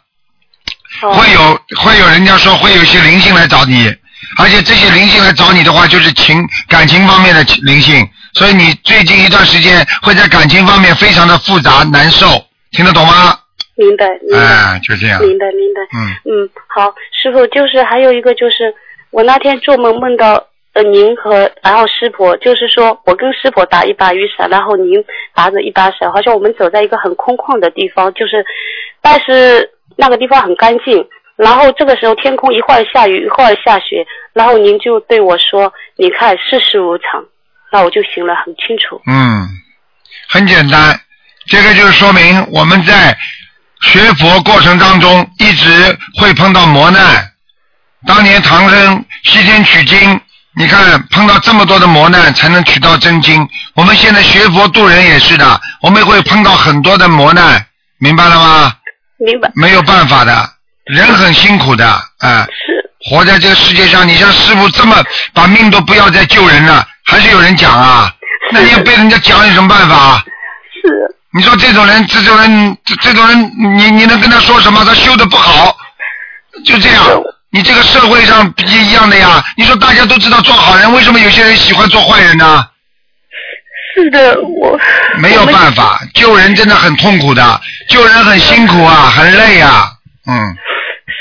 会有会有人家说会有一些灵性来找你，而且这些灵性来找你的话，就是情感情方面的情灵性，所以你最近一段时间会在感情方面非常的复杂难受，听得懂吗？
明白，明白，
哎，就这样，
明白，明白。
嗯，
嗯，好，师傅，就是还有一个就是，我那天做梦梦到呃您和然后师婆，就是说我跟师婆打一把雨伞，然后您拿着一把伞，好像我们走在一个很空旷的地方，就是，但是那个地方很干净。然后这个时候天空一会儿下雨，一会儿下雪，然后您就对我说：“你看世事无常。”那我就醒了，很清楚。
嗯，很简单，这个就是说明我们在学佛过程当中一直会碰到磨难。当年唐僧西天取经，你看碰到这么多的磨难才能取到真经。我们现在学佛度人也是的，我们会碰到很多的磨难，明白了吗？
明白
没有办法的，人很辛苦的啊、
是
活在这个世界上，你像师傅这么把命都不要再救人了，还是有人讲啊？那你被人家讲有什么办法啊？
是，
你说这种人，这种人，这这种人，你你能跟他说什么？他修的不好，就这样。你这个社会上也一样的呀。你说大家都知道做好人，为什么有些人喜欢做坏人呢？
是的，我
没有办法，救人真的很痛苦的，救人很辛苦啊，很累啊。嗯，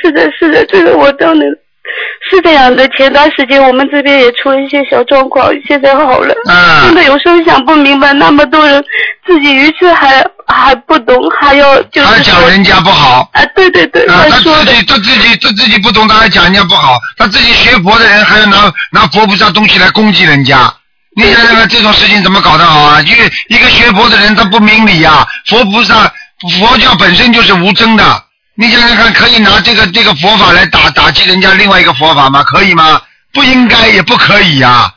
是的，是的，这个我都能。是这样的，前段时间我们这边也出了一些小状况，现在好了。
啊
真的有时候想不明白，那么多人自己愚痴还还不懂，还要就
他
是
讲
说
人家不好，
啊，对对对，
啊，
乱
他
说
自
的，
己他自己他自己不懂，他还讲人家不好，他自己学佛的人还要拿拿佛菩萨东西来攻击人家。你想想看，这种事情怎么搞得好啊？因为一个学佛的人，他不明理呀、佛菩萨，佛教本身就是无争的。你想想看，可以拿这个这个佛法来打打击人家另外一个佛法吗？可以吗？不应该，也不可以啊呀、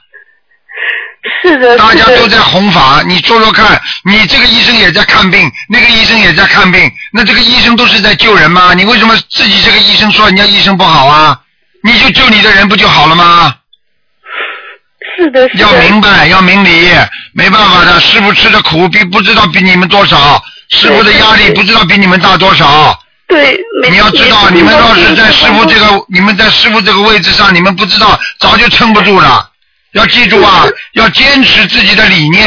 是的，
大
是
家都
的，
在弘法，你说说看，你这个医生也在看病，那个医生也在看病，那这个医生都是在救人吗？你为什么自己这个医生说人家医生不好啊？你就救你的人不就好了吗？
是的，是
要
的，
明白，要明理，没办法的，师傅吃的苦比不知道比你们多少，师傅的压力不知道比你们大多少。
对，每
你要知道，
每
你们要
每
是在师傅这个，你们在师傅这个位置上，你们不知道，早就撑不住了。要记住啊，要坚持自己的理念，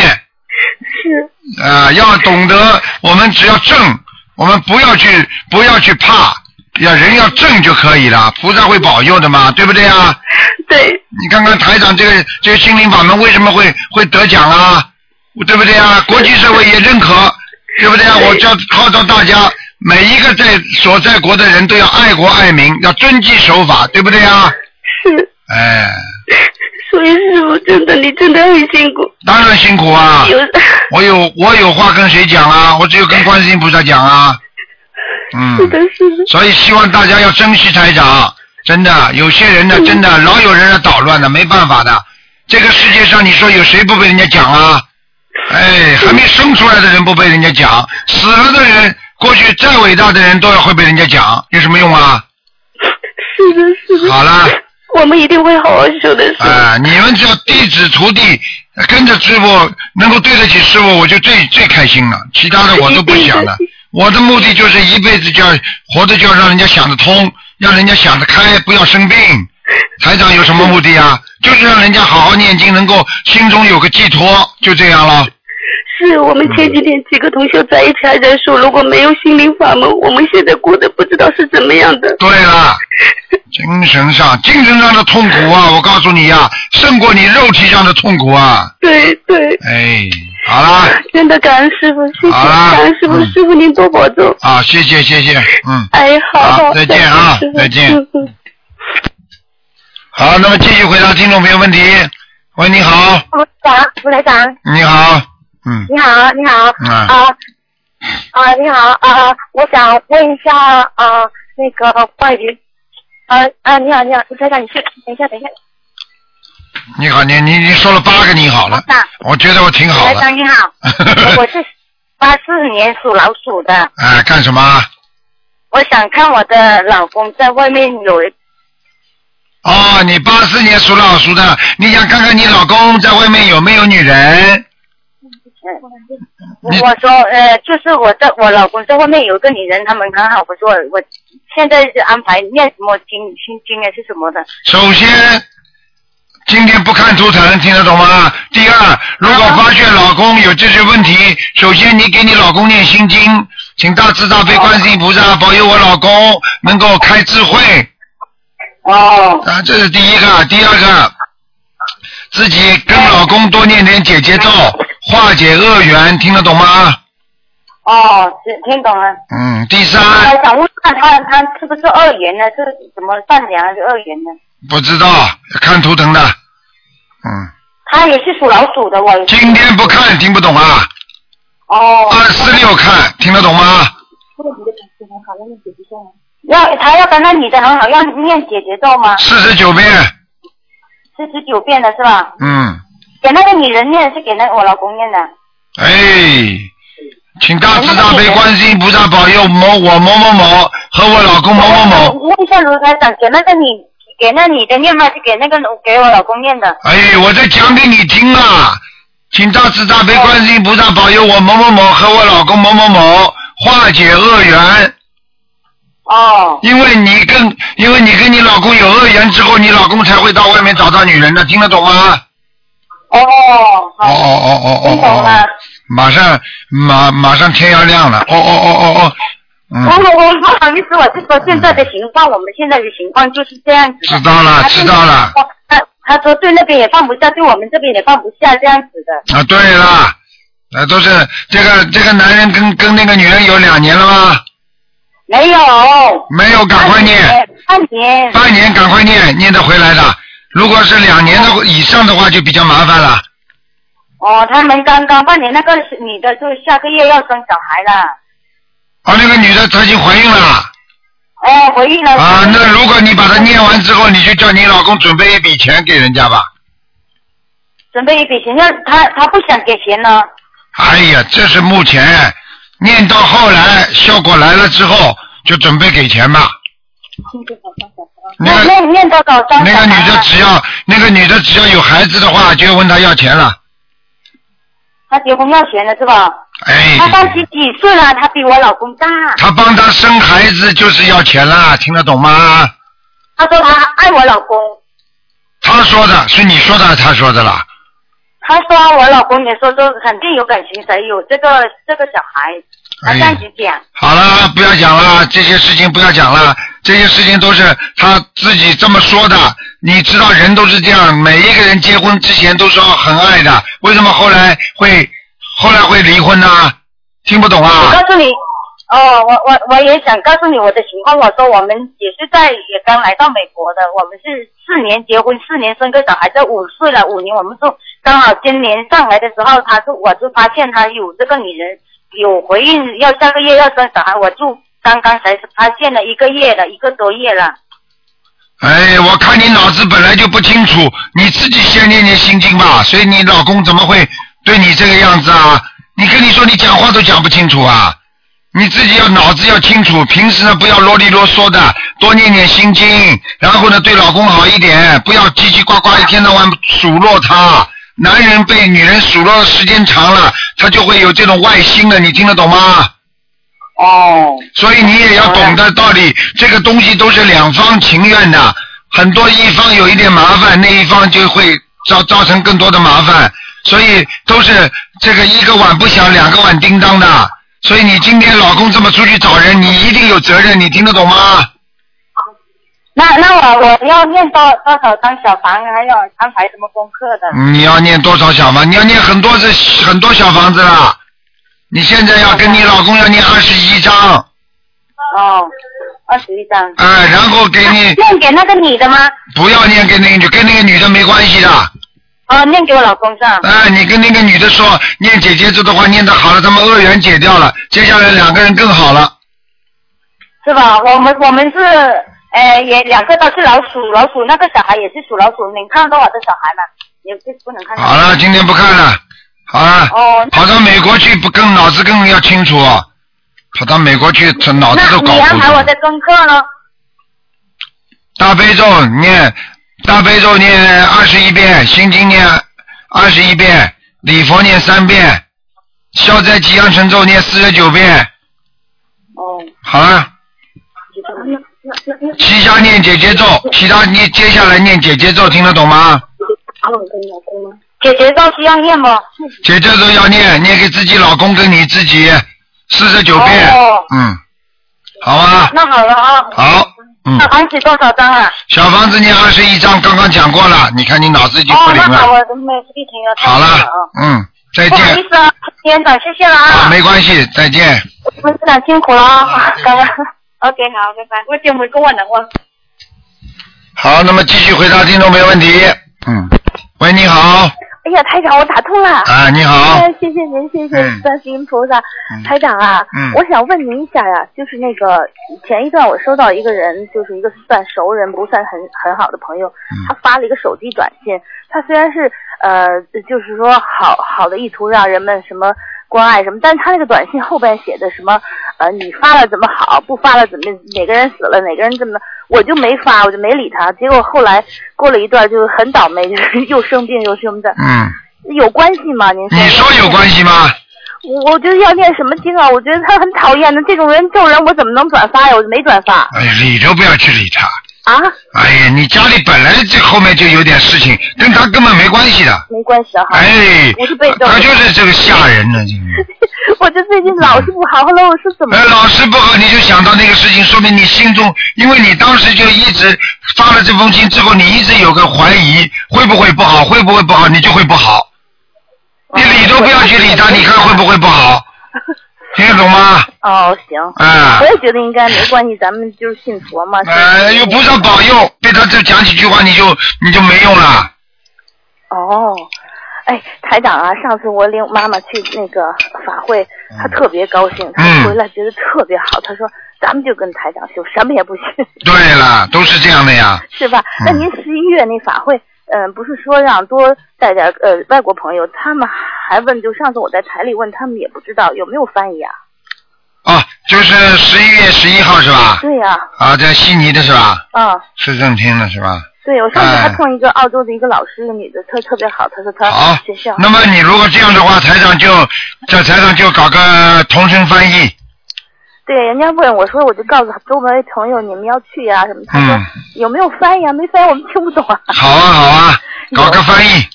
是
啊、要懂得我们只要正，我们不要去不要去怕，要人要正就可以了，菩萨会保佑的嘛，对不对啊？
对。
你看看台长这个这个心灵法门为什么会会得奖啊？对不对啊？国际社会也认可，对不对啊？我就要号召大家，每一个在所在国的人都要爱国爱民，要遵纪守法，对不对啊？
是，
哎，
所以师傅真的你真的很辛苦。
当然辛苦啊！
有
我有我有话跟谁讲啊？我只有跟观世音菩萨讲啊。嗯。
是的，是的。
所以希望大家要珍惜台长，真的，有些人
嗯
呢，真的老有人来捣乱的，没办法的。这个世界上，你说有谁不被人家讲啊？
嗯
哎，还没生出来的人不被人家讲，死了的人，过去再伟大的人都要会被人家讲，有什么用啊？
是的，是的。
好了。
我们一定会好好修的。
啊、你们只要弟子徒弟跟着师傅，能够对得起师傅，我就最最开心了。其他的我都不想了。我的目的就是一辈子就要活着，就要让人家想得通，让人家想得开，不要生病。台长有什么目的啊？就是让人家好好念经，能够心中有个寄托，就这样了。
是我们
嗯
前几天几个同学在一起还在说，如果没有心灵法门，我们现在过得不知道是怎么样的。
对了，精神上、精神上的痛苦啊，我告诉你呀、胜过你肉体上的痛苦啊。
对对，
哎，好啦，
真的感恩师傅，谢谢，
好啦
感恩师傅，
嗯
师傅您多保重。
啊，谢谢谢谢，嗯，
哎，好
好
好，
再见
感恩
啊
师傅
再见
嗯嗯
好，那么继续回答听众朋友问题。喂，你好，
卢台长，卢台长，
你好，嗯，
你好，你好，
嗯
啊啊，你好啊，我想问一下啊，那个关于，啊啊，你好，你好，卢台长，你是等一下，等一下，
你好，你你你说了八个你好了，
大
我觉得我挺
卢
好
台
了。
长你 好，我是八四年属老鼠的，
哎，干什么啊？
我想看我的老公在外面有
哦，你八四年属老鼠的，你想看看你老公在外面有没有女人？
我我说呃，就是我在我老公在外面有一个女人，他们很好。我说我现在是安排念什么经心经啊，是什么的？
首先，今天不看图腾，听得懂吗？第二，如果发现老公有这些问题，首先你给你老公念心经，请大慈大悲观世音菩萨保佑我老公能够开智慧。
哦。
啊，这是第一个，第二个，自己跟老公多念点姐姐咒，化解恶缘，听得懂吗？
哦，是听懂了。
嗯，第三，
我想问看他他是不是二元呢？是怎么善良还是二元呢？
不知道看图腾的，嗯，
他也是属老鼠的，我
今天不看听不懂啊，
哦。
二四六看听得懂吗？
要他要跟那女的很好，要念姐姐咒吗？
四十九遍，
四十九遍的是吧？
嗯，
给那个女人念是给那我老公念的。
哎，请大慈大悲观世音菩萨保佑某我某某某和我老公某某某。
我问一下卢台长，给那个你给那女的念吗？是给那个给我老公念的？
哎，我在讲给你听啊，请大慈大悲观世音菩萨保佑我某某某和我老公某某某化解恶缘。
哦。
因为你跟因为你跟你老公有恶缘之后，你老公才会到外面找到女人的，听得懂吗？
哦，
哦哦哦哦哦
听懂
哦
了
哦，。马上马马上天要亮了，哦哦哦哦哦，嗯
我，我哦我不好意思，我是说现在的情况，我们现在的情况就是这样子。
知道了
他
知道了。
他他说对那边也放不下，对我们这边也放不下，这样子的。
啊，对了，那都是这个这个男人跟跟那个女人有两年了吗？
没有。
没有，赶快念，。
半年。
半年赶快念，念得回来的。如果是两年的以上的话，就比较麻烦了。
哦，他们刚刚半年那个女的，就下个月要生小孩了。
哦，那个女的她已经怀孕了
哦，回忆了。
啊。那如果你把它念完之后，你就叫你老公准备一笔钱给人家吧。
准备一笔钱，要他他不想给钱呢。
哎呀，这是目前念到后来效果来了之后，就准备给钱吧。那
那
个
那念多少张？
那个女的只要那个女的只要有孩子的话，就要问她要钱了。
她结婚要钱了是吧？
哎，
她三十几岁了，她比我老公大。
她帮她生孩子就是要钱啦，听得懂吗？
她说她爱我老公。
她说的是你说的，她说的啦。
他说我老公也说说肯定有感情才有这个这个小孩，
哎
他
呀
暂时讲。
好了，不要讲了，这些事情不要讲了，这些事情都是他自己这么说的。你知道人都是这样，每一个人结婚之前都说很爱的，为什么后来会后来会离婚呢？听不懂
我
啊？
告诉你，哦，我我我也想告诉你我的情况。我说我们也是在也刚来到美国的，我们是四年结婚，四年生个小孩，这五岁了，五年我们就刚好今年上来的时候，他就我就发现他有这个女人有怀孕，要下个月要生小孩，我就刚刚才发现了一个月了，一个多月了。
哎，我看你脑子本来就不清楚，你自己先念念心经吧。所以你老公怎么会对你这个样子啊？你跟你说你讲话都讲不清楚啊？你自己要脑子要清楚，平时呢不要啰里啰嗦的，多念念心经，然后呢对老公好一点，不要叽叽呱呱一天到晚数落他。男人被女人数落的时间长了，他就会有这种外心了，你听得懂吗？
哦。
所以你也要懂得道理，这个东西都是两方情愿的，很多一方有一点麻烦，那一方就会造造成更多的麻烦，所以都是这个一个碗不响，两个碗叮当的。所以你今天老公这么出去找人，你一定有责任，你听得懂吗？
那那我我要念多多少张小房，还有安排什么功课的？
你要念多少小房？你要念很多是很多小房子啦。你现在要跟你老公要念二十一章，啊
哦，二十一张。
哎、然后给你
念给那个女的吗？
不要念给那个女，跟那个女的没关系的。
哦，念给我老公是吧？
哎，你跟那个女的说，念姐姐咒的话念得好了，他们恶缘解掉了，接下来两个人更好了。
是吧？我们我们是，呃，也两个都是老鼠，老鼠那个小孩也是属老鼠，你看到我的小孩吗？也是不能看到。
好了，今天不看了，好了，
哦，那
跑到美国去不更脑子更要清楚，哦跑到美国去这脑子
那
都搞
你安
糊
排我
涂。
的功课呢？
大悲咒念，大悲咒念二十一遍，心经念二十一遍，礼佛念三遍，消灾吉祥神咒念四十九遍，
哦，
好了，其他念姐姐咒，其他念接下来念姐姐咒，听得懂吗？
姐姐照需要念不？
姐姐都要念，念给自己老公跟你自己四十九遍，
哦，
嗯，好吧，
那好了啊，
好，嗯
小，房子多少张啊？
小房子念二十一章，刚刚讲过了，你看你脑子已经不
哦，
灵
那好，
了，
我没事情了。
好
了
了，嗯，再
不好意
见，
思啊，院长，谢谢了
啊，
啊，
没关系，再见。
我们院长辛苦了啊，刚刚。OK，好，拜拜。我姐妹跟我能忘。
好，那么继续回答听众没问题，嗯，喂，你好，
哎呀，台长，我打通了。
啊，你好
哎，，谢谢您，谢
嗯
谢观世音菩萨。
嗯
台长啊，
嗯
我想问您一下呀、就是那个前一段我收到一个人，就是一个算熟人，不算很很好的朋友，
嗯
他发了一个手机短信。他虽然是呃，就是说好好的意图让人们什么关爱什么，但是他那个短信后边写的什么呃，你发了怎么好，不发了怎么哪个人死了，哪个人怎么，我就没发，我就没理他。结果后来过了一段，就很倒霉，就是又生病又什么的。
嗯，
有关系吗？您
你说有关系吗？
我我觉得要念什么经啊？我觉得他很讨厌的，这种人这种人我怎么能转发呀？我就没转发
哎，理都不要去理他，
啊，
哎呀，你家里本来这后面就有点事情，跟他根本没关系的。
没关系的哈。
哎，
我是被动的
他就是这个吓人呢，这个人。
我这最近老是不好，后来我是怎么
哎，？老师不好，你就想到那个事情，说明你心中，因为你当时就一直发了这封信之后，你一直有个怀疑，会不会不好，会不会不好，你就会不好。
哦
你理都不要去理他，你看会不会不好？听得懂吗？
哦，行，
啊、
我也觉得应该没关系，咱们就是信佛嘛。
呃，有菩萨保佑，被他这讲几句话，你就你就没用了。
哦，哎，台长啊，上次我领妈妈去那个法会，
嗯
她特别高兴，她回来觉得特别好，她说咱们就跟台长修，什么也不信。
对了，都是这样的呀。
是吧？
嗯
那您十一月那法会，嗯、不是说让多带点呃外国朋友，他们还问，就上次我在台里问他们也不知道有没有翻译啊？
啊，就是十一月十一号是吧？
对呀、
啊，在悉尼的是吧？
啊，
市政厅的是吧？
对，我上次还
哎
碰一个澳洲的一个老师，一个女的，特特别好，她说她
好
学校，
那么你如果这样的话，台长就在台上就搞个同声翻译，
对，人家问我说，我就告诉周围朋友你们要去啊呀、什么，她说、
嗯
有 没有翻译啊？没翻译我们听不懂啊。
好啊好啊，搞个翻译，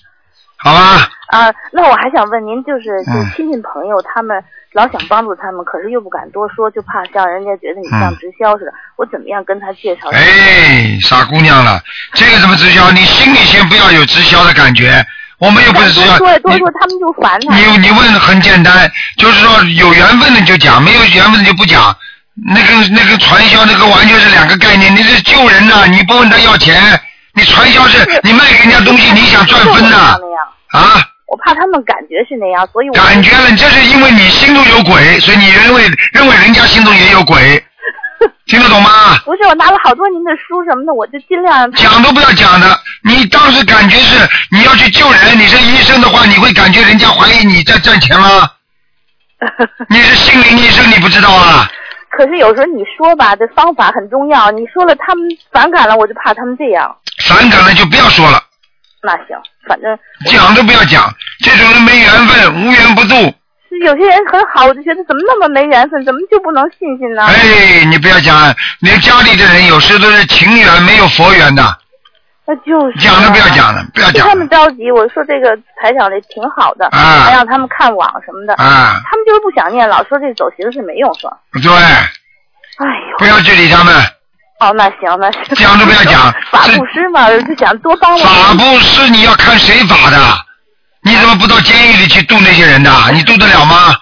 好吧？
啊，那我还想问您，就是就
嗯
亲戚朋友他们老想帮助他们，可是又不敢多说，就怕像人家觉得你像
嗯
直销似的，我怎么样跟他介绍？
哎，傻姑娘了，这个怎么直销？你心里先不要有直销的感觉，我们又不是直销
但，多说多说他们就烦他。
你你问得很简单，就是说有缘分的就讲，没有缘分的就不讲。那个那个传销那个完全是两个概念，你是救人呐、你不问他要钱，你传销是你卖给人家东西，你想赚分呐、
那样，
啊
我怕他们感觉是那样，所以我
感觉了，这是因为你心中有鬼，所以你认为认为人家心中也有鬼， 听得懂吗？
不是我拿了好多您的书什么的，我就尽量让他
讲都不要讲的，你当时感觉是你要去救人，你是医生的话，你会感觉人家怀疑你在赚钱吗？你是心灵医生，你不知道啊？
可是有时候你说吧，这方法很重要。你说了，他们反感了，我就怕他们这样。
反感了就不要说了，
那行，反正
讲都不要讲，这种人没缘分，无缘不渡。
有些人很好，我就觉得怎么那么没缘分，怎么就不能信信呢？
哎，你不要讲，你家里的人有时都是情缘，没有佛缘的。
那就是啊
讲都不要讲了不要讲了
他们着急，我说这个台长这挺好的，
啊
还让他们看网什么的，
啊
他们就是不想念，老说这走形式没用，说，
对，
哎呦，
不要去理他们。
哦，那行，那行，
讲都不要讲
法布施嘛，就想多帮我。
法布施你要看谁法的，你怎么不到监狱里去度那些人的？你度得了吗？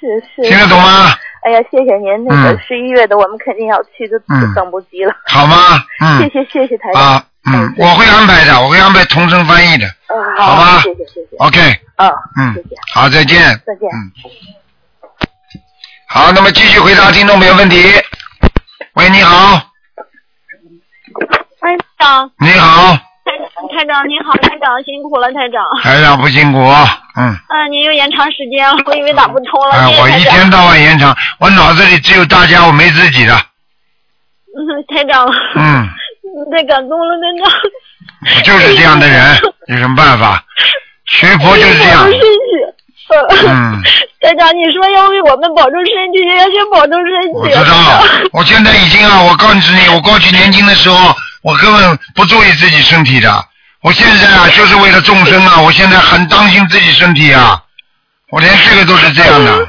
是是。
听得懂吗？
哎呀，谢谢您，那个
嗯
十一月的我们肯定要去，都
嗯
等不及了。
好吗？嗯。
谢谢谢谢台长。
啊，嗯，我会安排的，我会安排同声翻译的。
嗯，
好吧
谢谢谢谢。
OK，
嗯，
嗯
谢谢。
好，再见。
再见。
嗯。好，那么继续回答听众朋友问题。喂，你好，
哎，台长，
你好，
台台长您好，台长辛苦了，台长。
台长不辛苦，嗯，
嗯、您又延长时间，我以为打不通了。
哎
哦谢，谢
我
台
一
长
天到晚延长，我脑子里只有大家，我没自己的，
嗯，台长，
嗯，
太感动了，台长。
我就是这样的人，有什么办法？学佛就是这样
保重，身体。嗯
嗯，
台长， 你说要为我们保重身体，也要先保重身体。
我知道，我现在已经啊，我告诉你，我过去年轻的时候，我根本不注意自己身体的。我现在啊，就是为了众生啊，我现在很当心自己身体啊，我连这个都是这样的。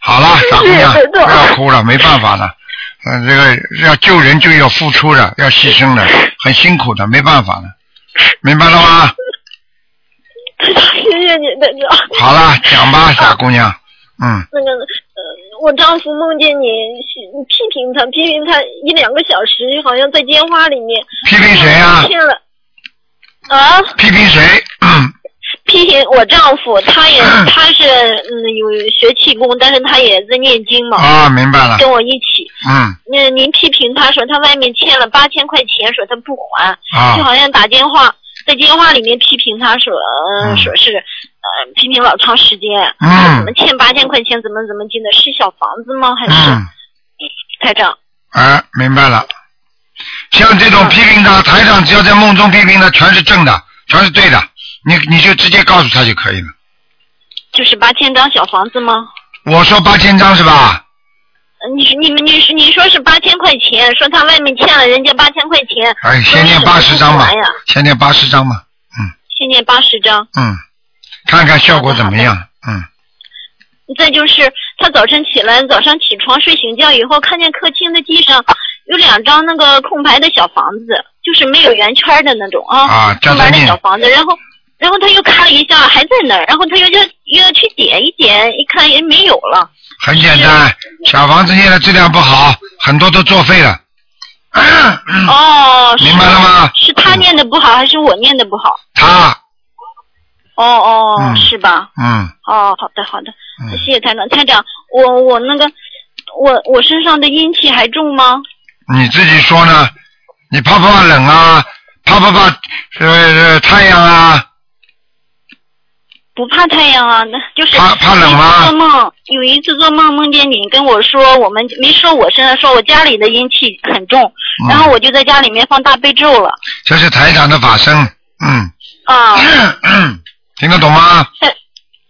好了，傻姑娘，
是
不要哭了，没办法了。嗯，这个要救人就要付出的，要牺牲的，很辛苦的，没办法了，明白了吗？
谢谢你，台长。
好了，讲吧，傻姑娘，嗯，
那个，呃，我丈夫梦见你是批评他，批评他一两个小时，好像在电话里面。
批评谁啊？
骗了。啊？
批评谁？嗯
批评我丈夫，他 也他是嗯有学气功，但是他也在念经嘛。
啊明白了
跟我一起。
嗯，
那您批评他说他外面欠了八千块钱，说他不还，
啊
就好像打电话在电话里面批评他说，呃
嗯
说是呃批评老长时间，
嗯
说怎么欠八千块钱，怎么怎么进的，是小房子吗？还是
嗯。
台长？
啊，明白了。像这种批评他，台长只要在梦中批评他，全是正的，全是对的，你你就直接告诉他就可以了。
就是八千张小房子吗？
我说八千张是吧？
呃你你们你你说是八千块钱，说他外面欠了人家八千块钱，
哎，先念八十张吧
哎呀，
先念八十张吧，
先念八十张。
嗯，看看效果怎么样，嗯，
再就是他早晨起来，早上起床睡醒觉以后，看见客厅的地上有两张那个空白的小房子，就是没有圆圈的那种啊，
啊叫
空
他
白的
念
小房子。然后，然后他又看了一下，还在那儿，然后他又要又要去点一点，一看也没有了。
很简单。小房子念的质量不好，很多都作废了，啊嗯
哦，
明白了吗？
是他念的不好，还是我念的不好？
嗯他，
哦哦，
嗯
是吧？
嗯
哦，好的好的，
嗯
谢谢台长。台长，我我那个我我身上的阴气还重吗？
你自己说呢？你怕不怕冷啊？怕不怕呃呃太阳啊？
不怕太阳啊，那就是
怕怕冷吗
有一次做梦有一次做梦梦见你跟我说，我们没说我身上，说我家里的阴气很重，
嗯
然后我就在家里面放大悲咒了
这是台长的法身，嗯，
啊。
听得懂吗？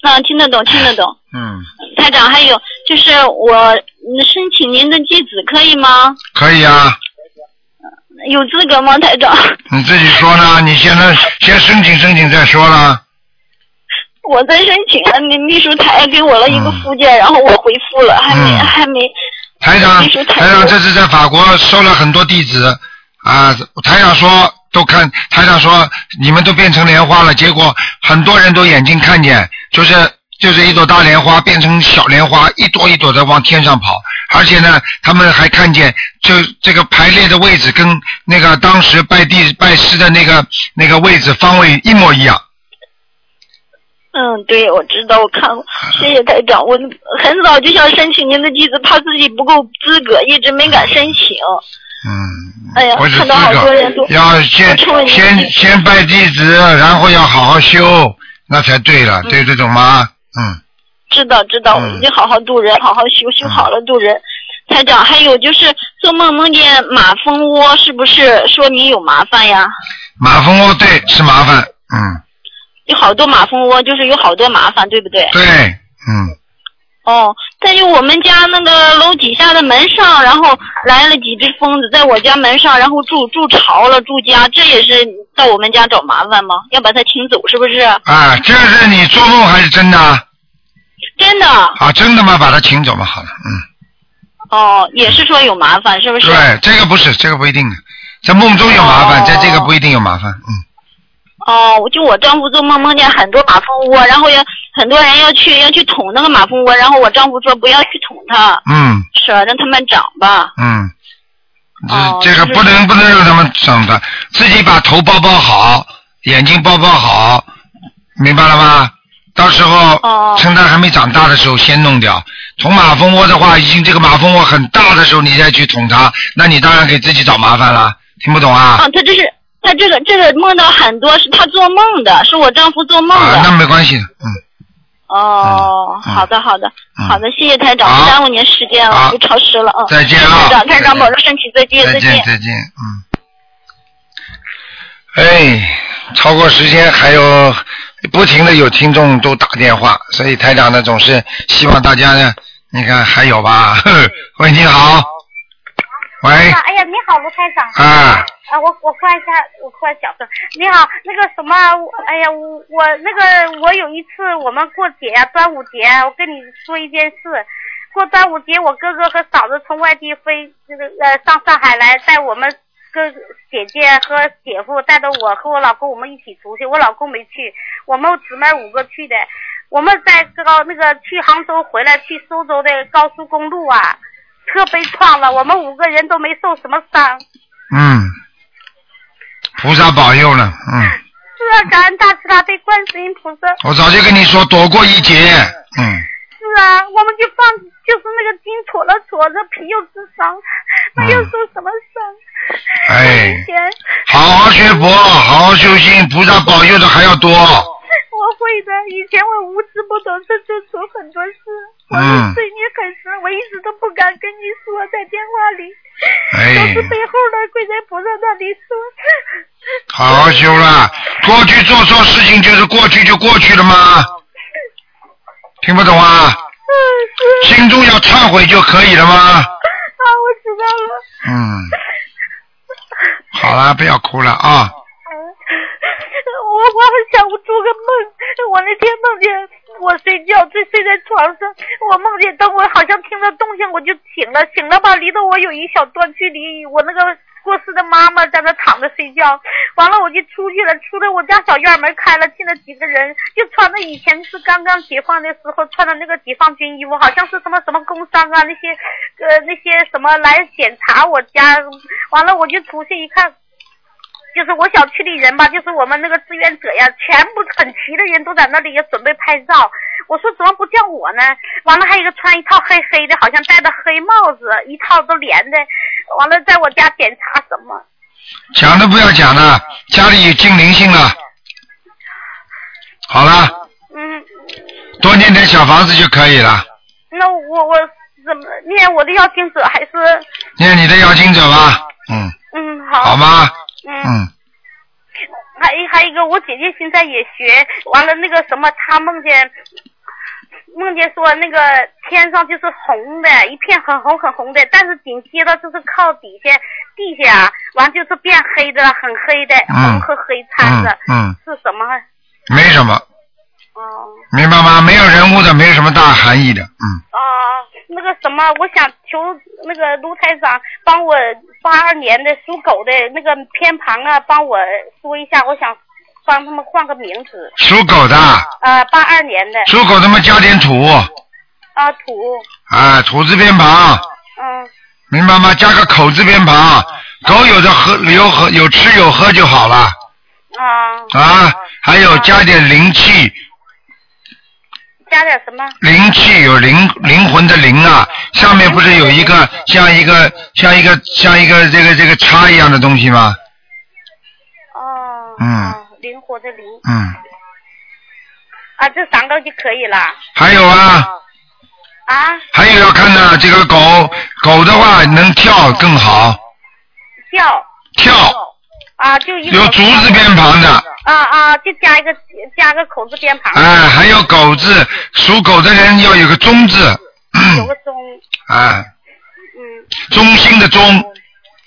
那、听得懂，听得懂。
嗯，
台长，还有就是我嗯申请您的继子可以吗？
可以啊，
有资格吗，台长？
你自己说呢？你现在先申请申请再说啦。
我在申请了，那秘书台给我了一个附件，然后我回复了，还没、
嗯
还没。
台长，台长这次在法国收了很多弟子啊，台长说都看，台长说你们都变成莲花了，结果很多人都眼睛看见，就是就是一朵大莲花变成小莲花，一朵一朵的往天上跑，而且呢，他们还看见就这个排列的位置跟那个当时拜地拜师的那个那个位置方位一模一样。
嗯，对，我知道，我看过，谢谢台长。我很早就想申请您的弟子，怕自己不够资格，一直没敢申请。哎 呀，
嗯不是
看
资
到好多人都
格，要先先先拜弟子，然后要好好修，那才对了，对这种吗？嗯，
知道知道，我一定好好度人，好好修，修好了度人。台长，还有就是做梦梦见马蜂窝，是不是说明有麻烦呀？
马蜂窝对是麻烦，嗯，
有好多马蜂窝，就是有好多麻烦，对不对？
对，嗯，
哦，在就我们家那个楼底下的门上，然后来了几只蜂子，在我家门上，然后筑筑巢了，住家，这也是到我们家找麻烦吗？要把它请走，是不是？
啊，这是你做梦还是真的啊？
真的
啊，真的吗？把他请走嘛，好了，嗯，
哦，也是说有麻烦，是不是？
对，这个不是，这个不一定的，在梦中有麻烦，在这个不一定有麻烦，嗯，
哦，我就我丈夫做梦梦见很多马蜂窝，然后要很多人要去要去捅那个马蜂窝，然后我丈夫说不要去捅它，
嗯
是吧让他们长吧。
嗯，
哦
这这个
就是
不能不能让他们整的，自己把头包包好，眼睛包包好，明白了吗？到时
哦
候趁它还没长大的时候先弄掉。捅马蜂窝的话，已经这个马蜂窝很大的时候，你再去捅它，那你当然给自己找麻烦了。听不懂啊？
啊，他这是他这个这个梦到很多是他做梦的，是我丈夫做梦的。
啊，那嗯没关系，嗯，
哦，好的好的、好的，谢谢台长，不耽误您时间了，不超时了啊。
再见啊
台长，台长保重身体，再见
再
见
见。再见，嗯。哎，超过时间还有不停的有听众都打电话，所以台长呢总是希望大家呢，你看还有吧？ 呵喂，你好，喂
啊，哎呀，你好，卢台长。
啊。
啊，我我关一下，我关小声。你好，那个什么，我哎呀，我我那个我有一次我们过节呀、端午节，啊我跟你说一件事。过端午节，我哥哥和嫂子从外地飞，这个呃上上海来，带我们哥姐姐和姐夫，带着我和我老公，我们一起出去。我老公没去，我们姊妹五个去的。我们在高那个去杭州回来，去苏州的高速公路啊，车被撞了，我们五个人都没受什么伤。
嗯，菩萨保佑了，嗯，
是啊，感恩大慈大悲观世音菩萨。
我早就跟你说躲过一劫，嗯，
是啊，我们就放就是那个筋戳了戳着，皮又治伤，那又受什么伤？
嗯哎，
天，
好好学佛，好好修心，菩萨保佑的还要多，
我会的。以前我无知不懂事，就做很多事，我
嗯
罪孽很深，我一直都不敢跟你说，在电话里
哎
都是背后的跪在菩萨那里说。
好好修啦。过去做错事情就是过去就过去了吗？听不懂啊？心中要忏悔就可以了吗？
啊，我知道了。
嗯，好啦，不要哭了啊。
我我很想我做个梦，我那天梦见我睡觉睡睡在床上，我梦见等我好像听到动静我就醒了，醒了吧，离得我有一小段距离，我那个过世的妈妈在那躺着睡觉，完了我就出去了，出来我家小院门开了，进了几个人，就穿的以前是刚刚解放的时候穿的那个解放军衣服，好像是什么什么工商啊那些，呃那些什么来检查我家，完了我就出去一看。就是我小区里人吧，就是我们那个志愿者呀，全部很齐的人都在那里也准备拍照。我说怎么不叫我呢？完了还有一个穿一套黑黑的，好像戴着黑帽子，一套都连的。完了在我家检查什么？
讲都不要讲了，家里有精灵性了。好了，
嗯，
多念点小房子就可以了，
那我我怎么念我的邀请者还是
念你的邀请者吧。嗯，
嗯好？
好吗？
嗯。
嗯，
还还有一个，我姐姐现在也学完了那个什么，她梦见梦见说那个天上就是红的，一片很红很红的，但是紧接着就是靠底下地下，完就是变黑的，很黑的，
嗯
红和黑掺着，
嗯嗯
是什么？
没什么。
哦、
明白吗？没有人物的，没有什么大含义的，嗯，
呃那个什么，我想求那个卢台长帮我八二年的属狗的那个偏旁啊，帮我说一下，我想帮他们换个名字。
属狗的，
呃，八二年的。
属狗的嘛加点土
啊，土，
啊，土字边旁，
嗯，
明白吗？加个口字边旁，狗有的喝有喝有吃有喝就好了。啊。啊，还有加点灵气，
加点什么？嗯
灵气有灵灵魂的灵啊，上面不是有一个像一个像一个像一个这个这个叉一样的东西吗？哦。嗯
灵活的灵
嗯，
啊，这三个就可以了
还有啊，
啊，
还有要看呢，这个狗狗的话能跳更好，
跳
跳
啊，就一个
有竹字边旁的
啊啊，就加一个加个口字边旁，
哎、还有狗字，属狗的人要有个忠字，嗯
有个中，嗯
哎，忠心的忠，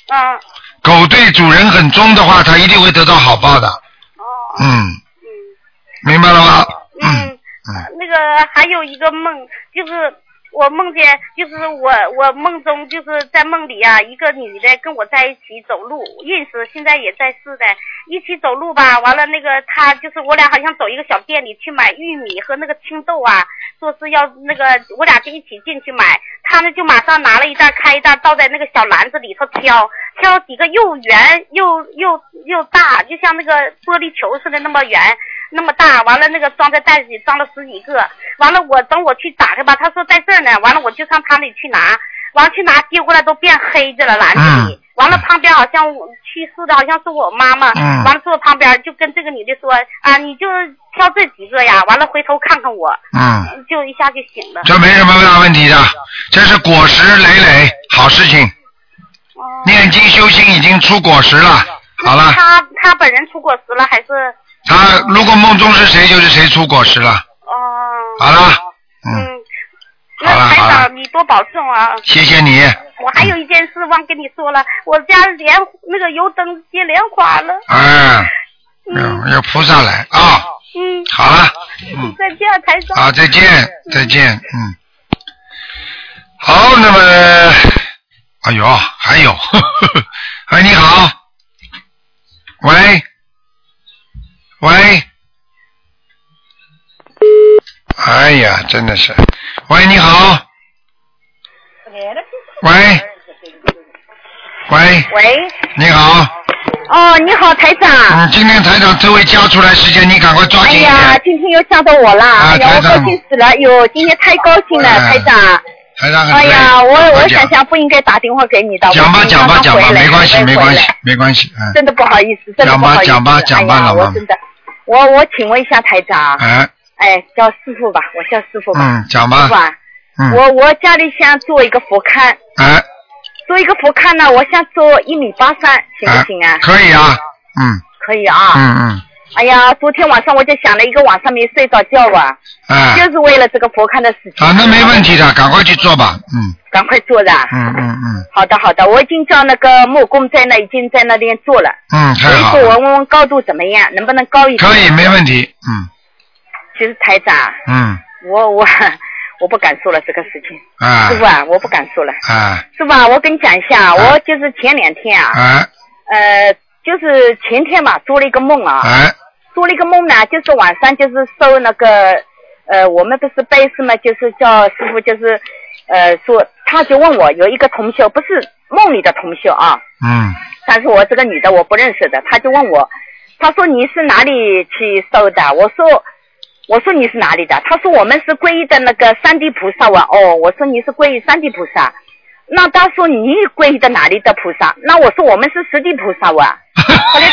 啊，
狗对主人很忠的话，它一定会得到好报的。
哦
嗯，明白了吗？
哎那个还有一个梦，就是我梦见，就是我我梦中就是在梦里啊，一个女的跟我在一起走路，认识，现在也在世的，一起走路吧。完了那个她就是我俩好像走一个小店里去买玉米和那个青豆啊，说是要那个我俩就一起进去买，她呢就马上拿了一袋开一袋倒在那个小篮子里头挑。挑几个又圆又又又大，就像那个玻璃球似的那么圆，那么大，完了那个装在袋子里装了十几个，完了我等我去打开吧，他说在这儿呢，完了我就上他那里去拿，完了去拿接过来都变黑的了篮子
啊
里，完了旁边好像我去世的好像是我妈妈，
啊
嗯
完了坐旁边就跟这个女的说啊，你就挑这几个呀，完了回头看看我，
嗯，
就一下就醒了。
这没什么大问题的，这是果实累累，好事情。
哦
念经修心已经出果实了，好了，
他他本人出果实了还是？
他如果梦中是谁，就是谁出果实了。好了，
哦
嗯
嗯那台长，你多保重啊！
啊谢谢你。
我还有一件事忘跟你说了，我家莲那个油灯结莲花了。
哎，嗯，要菩萨来啊，
嗯，
好了，嗯。
再见，台长。
好，再见，再见，嗯。好，那么，哎呦，还有， 呵呵呵哎，你好，喂，喂，哎呀，真的是，喂，你好，喂，喂，
喂，
你好，
哦，你好，台长。
嗯，今天台长这位加出来时间，你赶快抓
哎
紧一
呀
点，，啊
今天又吓到我了，哎呀，我高兴死了，哟，今天太高兴了，
哎
台长。
台长很
哎呀，我
快
我
讲
想想不应该打电话给你的，
讲吧
我今天
讲吧
刚
讲
回
吧，
来
没关系
刚
没
回
关系
来
没关系，嗯，
真的不好意思，真的
讲
不
吧
好意思，
讲吧讲吧
哎呀，
老妈
我真的，我我请问一下台长，
哎，
哎，叫师傅吧，我叫师傅吧，
嗯讲吧
师傅啊，
嗯，
我我家里想做一个佛龛，
哎，
做一个佛龛呢，我想做一米八三，行不行啊？
可以啊，嗯
可以啊，
嗯嗯，
哎呀，昨天晚上我就想了一个晚上没睡着觉啊，
哎，
就是为了这个佛龛的事情。
啊，那没问题的，赶快去做吧，嗯
赶快做的啊。
嗯嗯嗯
好的好的，我已经叫那个木工在那已经在那边做了，
嗯，
所
太
以
好
说
了，
我问问高度怎么样，能不能高一点？
可以，没问。题，嗯
其实台长，
嗯，
我我 我不敢说了这个事情，
哎
师傅啊，我不敢说了，
哎
师傅啊，我跟你讲一下，我就是前两天啊，
哎
呃，就是前天嘛，做了一个梦啊，
哎，
做了一个梦呢，就是晚上就是收那个，呃，我们不是拜师嘛，就是叫师傅就是，呃，说他就问我有一个同修，不是梦里的同修啊，
嗯
但是我这个女的我不认识的，他就问我，他说你是哪里去收的？我说。我说你是哪里的？他说我们是皈依的那个三地菩萨哇、哦，我说你是皈依三地菩萨，那他说你皈依的哪里的菩萨？那我说我们是十地菩萨啊哇、后来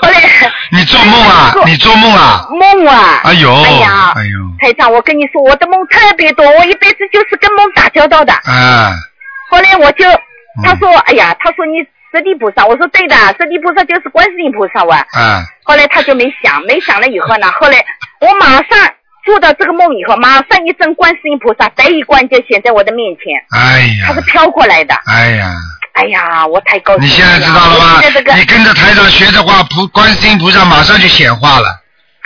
后来
你做梦
哎
啊，你做梦啊，
梦啊！
哎呦
哎呀，
哎呦，
台长，我跟你说，我的梦特别多，我一辈子就是跟梦打交道的。
哎，
后来我就，
嗯
他说，哎呀，他说你十地菩萨，我说对的，十地菩萨就是观世音菩萨哇。
哎，
后来他就没想，没想了以后呢，后来我马上做到这个梦以后，马上一尊观世音菩萨白衣冠就显在我的面前，
哎呀，
他是飘过来的。
哎呀，
哎呀，我太高兴了！
你现在知道了
我
吧
现在这个，？
你跟着台长学的话，菩观世音菩萨马上就显化了，
哎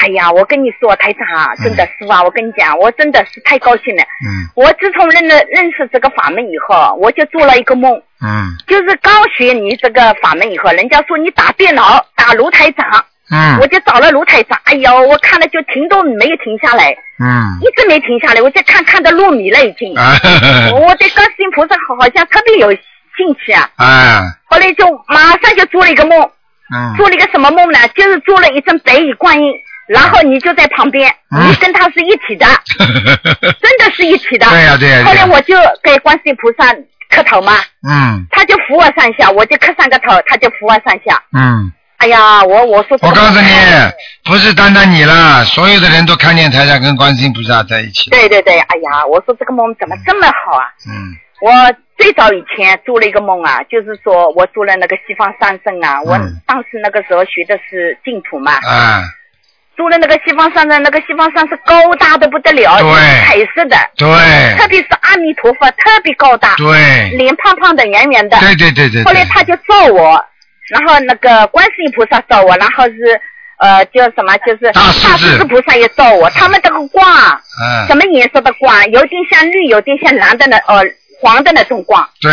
哎呀，我跟你说，台长啊，真的是啊，我跟你讲，我真的是太高兴了。
嗯
我自从认了认识这个法门以后，我就做了一个梦，
嗯
就是刚学你这个法门以后，人家说你打电脑打卢台长，
嗯
我就找了卢台长，哎呦，我看了就停都没有停下来，
嗯
一直没停下来，我就看看的入迷了已经。
啊呵呵
我对观世音菩萨好像特别有兴趣啊，
哎
后来就马上就做了一个梦，
嗯
做了一个什么梦呢？就是做了一尊白羽观音，然后你就在旁边，
嗯
你跟他是一体的，真的是一体的。
对呀对呀对呀
后来我就给观世音菩萨磕头嘛，
嗯
他就扶我上下，我就磕三个头，他就扶我上下。
嗯，
哎呀，我我说
我告诉你，
哎
不是单单你啦，所有的人都看见台长跟观世音菩萨在一起。
对对对，哎呀，我说这个梦怎么这么好啊？
嗯
我最早以前做了一个梦啊，就是说我做了那个西方三圣啊，我
嗯
当时那个时候学的是净土嘛，
啊，
做了那个西方三圣，那个西方三圣高大的不得了，
对
彩色的，
对
特别是阿弥陀佛特别高大，
对
脸胖胖的圆圆的，
对对对对对
后来他就照我，然后那个观世音菩萨照我，然后是呃叫什么，就是大势
至
菩萨也照我，他们这个光啊，
嗯
什么颜色的光啊，有点像绿，有点像蓝的那呃黄的那种光。
对，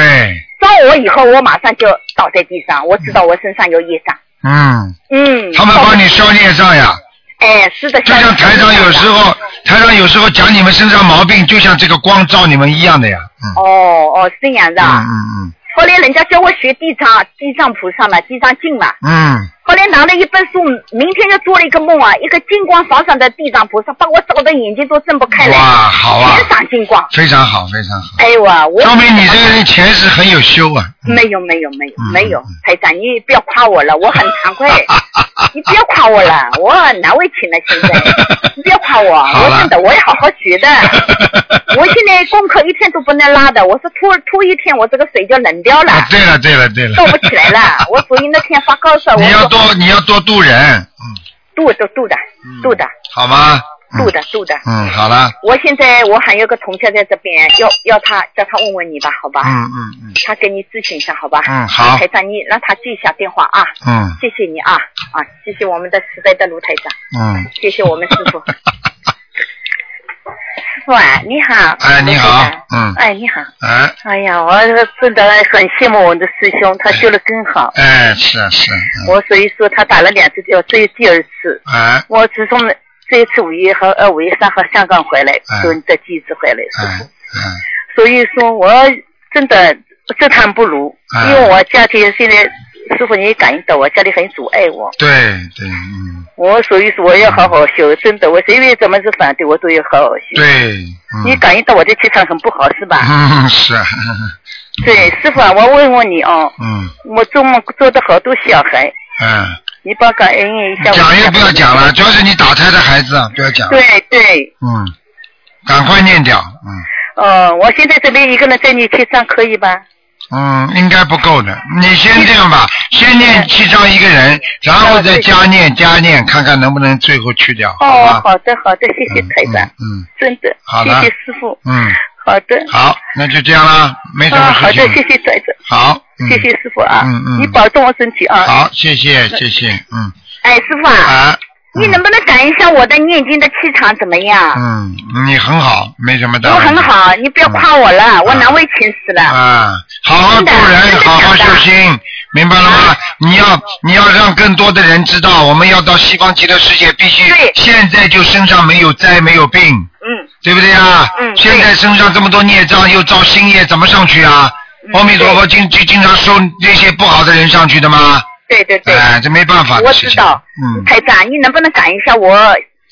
照我以后，我马上就倒在地上，我知道我身上有业障。
嗯，
嗯，
他们帮你消孽障呀。
哎，是的，
就像台长有时候，台长有时候讲你们身上毛病，就像这个光照你们一样的呀。嗯
哦哦，是这样的啊。
嗯嗯
后来人家叫我学地藏地藏菩萨嘛，地藏经嘛。
嗯
后来拿了一本书，明天就做了一个梦啊，一个金光闪闪的地藏菩萨，把我照的眼睛都睁不开
嗯，
来，
哇，好啊，
全闪金光。
非常好，非常好，
哎呦啊，我
说明你这个人前世很有修啊。
没有没有没有
嗯
没有，台长你不要夸我了，我很惭 愧，你不要夸我了，我难为情了现 在，你不要夸我，
好了
我真的我也好好学 的，我现在功课一天都不能落的，我是拖拖一天我这个水就冷掉了，
啊，对了对了对 了
动，不起来了，我属于那天发高烧，我
你要
说
多你要多度人，
度都度的度的
好吗？
度的度的，
嗯，好了，
我现在我还有个同学在这边，要要他叫他问问你吧，好吧？
嗯嗯嗯
他给你咨询一下，好吧？
嗯好
台长，你让他记一下电话啊。
嗯
谢谢你啊啊！谢谢我们的慈悲的卢台长，
嗯，
谢谢我们师傅。 师傅啊，你好。
哎你好
卢台长
嗯
哎，你好。
哎
哎呀，我真的很羡慕我的师兄，他修的真好。
哎，是啊是啊，
我所以说他打了两次吊，这是第二次。
哎
我自从这一次五月和呃五月三号香港回来
哎，
就再第一次回来，
哎
所以说我真的自叹不如，
哎
因为我家庭现在师傅你也感应到我家里很阻碍我，
对对嗯
我所以说我要好好修，真的，我谁为怎么是反对我都要好好修。
对，
你感应到我的气场很不好是吧？
嗯 是啊，
对，师傅啊，我问问你哦，
嗯
我做梦做的好多小孩，
嗯，
你帮感应一下。
讲也不要讲了，主要是你打胎的孩子啊，不要讲了，
对对，
嗯，赶快念掉，
呃，我现在这边一个人在你气上可以吧？
嗯，应该不够的。你先这样吧，先念七章一个人，然后再加念加念，看看能不能最后去掉，好
哦，
吧？
好的好的，谢谢台长，
嗯
真的，
好
谢
了
谢师傅，
嗯，
好的，
好，那就这样啦，没什
啊，
么
好
事
的，谢
情。
谢台长，
好，嗯
谢谢师傅啊，
嗯嗯
你保重我身体啊。
好，谢谢谢谢，嗯
哎，师傅啊，你能不能感应一下我的念经的气场怎么样？
嗯，你很好，没什么
啊我
大问
很
题。
好，你
嗯
不要夸我了，我难为情死了。
啊，好好做人，好好修心，明白了吗？你要你要让更多的人知道，我们要到西方极乐世界，必须现在就身上没有灾，没有病。
嗯。
对不对啊？嗯。现在身上这么多孽障，又造新业，怎么上去啊？
嗯
阿弥陀佛经就经常收那些不好的人上去的吗？
对对对。
哎，这没办法的
我
事
知
情。
道，
嗯。
台长，你能不能感应一下我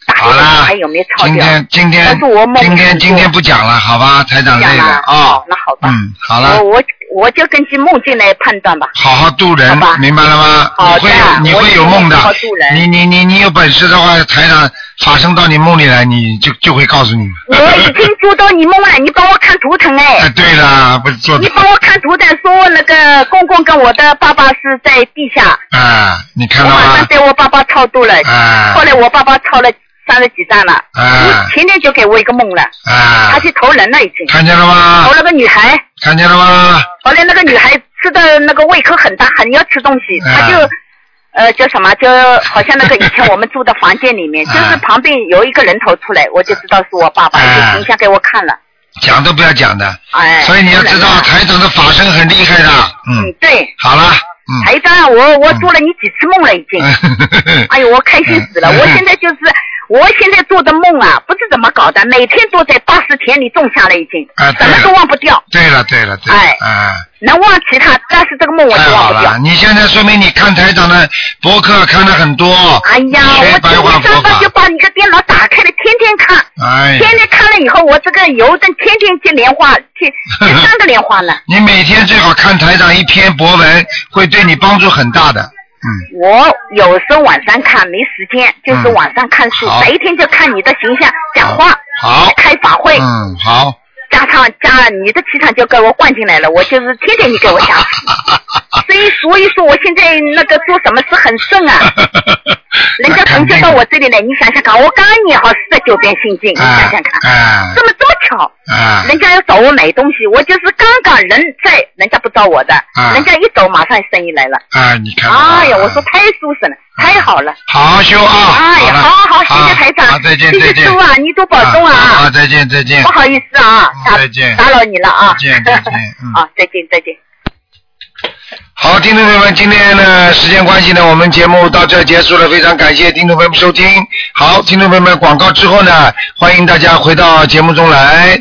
打
好
的
啦
还有没有超
今
掉？
天今天
但是我梦
今天今天不讲了，好吧？台长累了啊。
哦，那好吧。
嗯，好了。
我我我就根据梦境来 判断吧。
好好度人，明白了吗？
好的
你会有你会有梦的
我一定好好度。人
你你你你有本事的话，台长法身到你梦里来，你就就会告诉你。
我已经做到你梦了，啊你帮我看图腾哎。
对了，不是做
你
的
帮我看图腾，说那个公公跟我的爸爸是在地下，
啊？你看
我
到
马
吗
上？对我爸爸超度了，
啊
后来我爸爸超了三十几张了，
啊
前天就给我一个梦了，
啊
他！去投人了已经，
看见了吗
投了个女孩，
看见了吗？
后来那个女孩吃的那个胃口很大，很要吃东西，
啊
她就呃，叫什么？就好像那个以前我们住的房间里面，
啊
就是旁边有一个人头出来，我就知道是我爸爸，就形象给我看了。
讲都不要讲的。
哎，
啊所以你要知道，台长的法身很厉害的。嗯，
对，
好了，嗯
台长，我我做了你几次梦了已 经。哎呦，我开心死
嗯
了！我现在就是，我现在做的梦啊，不知怎么搞的，每天都在八十田里种下了已经，
啊，
什
对
么都
了，
忘不掉，
对了，对了，对了，
哎
啊。
能忘其他，但是这个梦我
太
就忘
好
不掉
了，。你现在说明你看台长的博客看的很多。
哎呀，
学白
我
话
我
佛
上班
法
就。把你个电脑打开了，天天看，
哎呀
天天看了以后，我这个油灯天天接莲花，接 接三个莲花呢。
你每天最好看台长一篇博文，会对你帮助很大的。
我有时候晚上看没时间，就是
嗯
晚上看书，
好
白天就看你的形象、讲话、
好，
开法会，
嗯，好，
加上加你的气场就给我灌进来了，我就是天天你给我 讲。所以所以说我现在那个做什么事很顺 啊。人家同学到我这里来，你想想看，我刚念好四十九遍心经，你
啊
想想看，
哎，
这么这么巧，
哎，
人家要找我买东西，我就是刚刚人在，人家不找我的，
啊
人家一走马上生意来了。
哎，你看。
哎呀，我说太舒适了，
啊
太好了。
好好修啊！
哎呀，好好，谢谢台
好，
长，
再见，
谢
再
谢
见。
师傅啊，你多保重
啊，
啊，
再见，再见。
不好意思啊，打
再见
打扰你了啊。
再见再见嗯
啊，再见，再见。
好，听众朋友们，今天呢时间关系呢，我们节目到这儿结束了，非常感谢听众朋友们收听。好，听众朋友们，广告之后呢，欢迎大家回到节目中来。